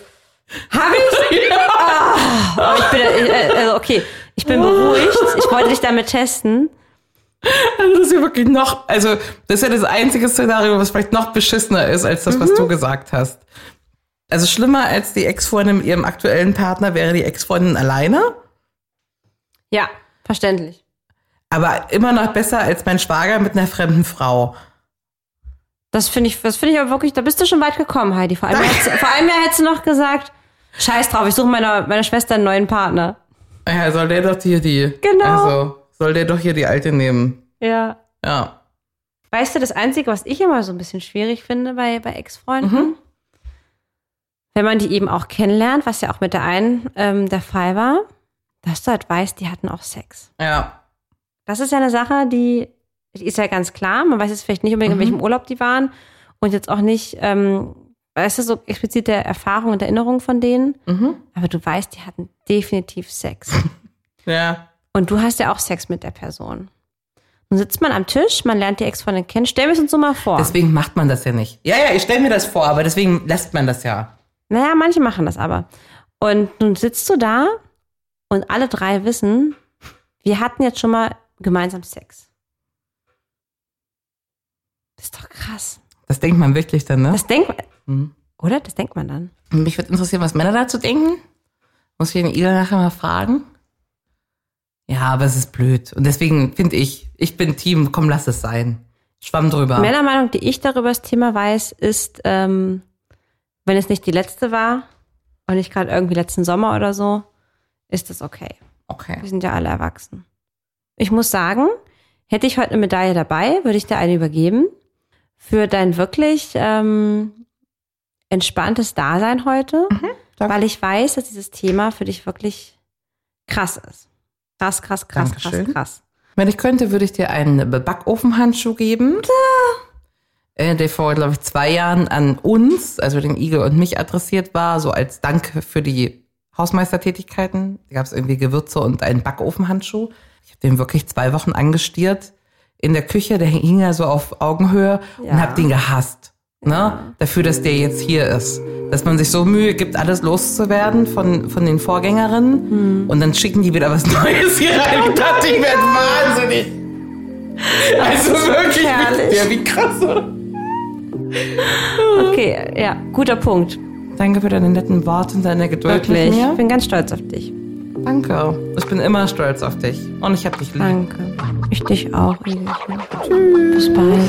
Speaker 2: Hab ich? Ah, ich bin, äh, also okay, ich bin beruhigt. Ich wollte dich damit testen.
Speaker 1: Also das ist ja wirklich noch, also das ist ja das einzige Szenario, was vielleicht noch beschissener ist, als das,
Speaker 2: Mhm.
Speaker 1: was du gesagt hast. Also schlimmer als die Ex-Freundin mit ihrem aktuellen Partner wäre die Ex-Freundin alleine.
Speaker 2: Ja, verständlich.
Speaker 1: Aber immer noch besser als mein Schwager mit einer fremden Frau.
Speaker 2: Das finde ich, das finde ich aber wirklich, da bist du schon weit gekommen, Heidi. Vor allem, vor allem hättest du noch gesagt, scheiß drauf, ich suche meiner, meiner Schwester einen neuen Partner.
Speaker 1: Ja, soll der doch hier die.
Speaker 2: Genau.
Speaker 1: Also, soll der doch hier die alte nehmen.
Speaker 2: Ja.
Speaker 1: Ja.
Speaker 2: Weißt du, das Einzige, was ich immer so ein bisschen schwierig finde bei, bei Ex-Freunden, wenn man die eben auch kennenlernt, was ja auch mit der einen ähm, der Fall war, dass du halt weißt, die hatten auch Sex.
Speaker 1: Ja.
Speaker 2: Das ist ja eine Sache, die, die ist ja ganz klar. Man weiß jetzt vielleicht nicht unbedingt, in welchem Urlaub die waren und jetzt auch nicht, ähm, weißt du, so explizit der Erfahrung und Erinnerung von denen. Aber du weißt, die hatten definitiv Sex.
Speaker 1: Ja.
Speaker 2: Und du hast ja auch Sex mit der Person. Nun sitzt man am Tisch, man lernt die Ex-Freundin kennen. Stell mir es uns so mal vor.
Speaker 1: Deswegen macht man das ja nicht. Ja, ja, ich stelle mir das vor, aber deswegen lässt man das ja.
Speaker 2: Naja, manche machen das aber. Und nun sitzt du da und alle drei wissen, wir hatten jetzt schon mal gemeinsam Sex. Das ist doch krass.
Speaker 1: Das denkt man wirklich dann, ne?
Speaker 2: Das denkt man, oder? Das denkt man dann.
Speaker 1: Mich würde interessieren, was Männer dazu denken. Muss ich den Ida nachher mal fragen. Ja, aber es ist blöd. Und deswegen finde ich, ich bin Team, komm, lass es sein. Schwamm drüber.
Speaker 2: Männermeinung, die ich darüber das Thema weiß, ist, ähm, wenn es nicht die letzte war und nicht gerade irgendwie letzten Sommer oder so, ist das okay.
Speaker 1: Okay.
Speaker 2: Wir sind ja alle erwachsen. Ich muss sagen, hätte ich heute eine Medaille dabei, würde ich dir eine übergeben. Für dein wirklich ähm, entspanntes Dasein heute,
Speaker 1: Mhm, danke.
Speaker 2: weil ich weiß, dass dieses Thema für dich wirklich krass ist. Krass, krass, krass,
Speaker 1: Dankeschön.
Speaker 2: krass, krass.
Speaker 1: Wenn ich könnte, würde ich dir einen Backofenhandschuh geben. Äh, der vor, glaube ich, zwei Jahren an uns, also den Igel und mich adressiert war, so als Dank für die Hausmeistertätigkeiten. Da gab es irgendwie Gewürze und einen Backofenhandschuh. Ich habe den wirklich zwei Wochen angestiert in der Küche. Der hing ja so auf Augenhöhe und
Speaker 2: Ja.
Speaker 1: habe den gehasst. Ne? Dafür, dass der jetzt hier ist. Dass man sich so Mühe gibt, alles loszuwerden von, von den Vorgängerinnen. Und dann schicken die wieder was Neues hier rein. Ich dachte, ich werde wahnsinnig. Also wirklich,
Speaker 2: herrlich.
Speaker 1: ja, wie krass. oder?
Speaker 2: Okay, ja, guter Punkt.
Speaker 1: Danke für deine netten Worte und deine Geduld
Speaker 2: Wirklich.
Speaker 1: mit
Speaker 2: Ich
Speaker 1: mir.
Speaker 2: bin ganz stolz auf dich.
Speaker 1: Danke. Ich bin immer stolz auf dich. Und ich hab dich lieb.
Speaker 2: Danke. Ich dich auch. Igelchen. Bis bald.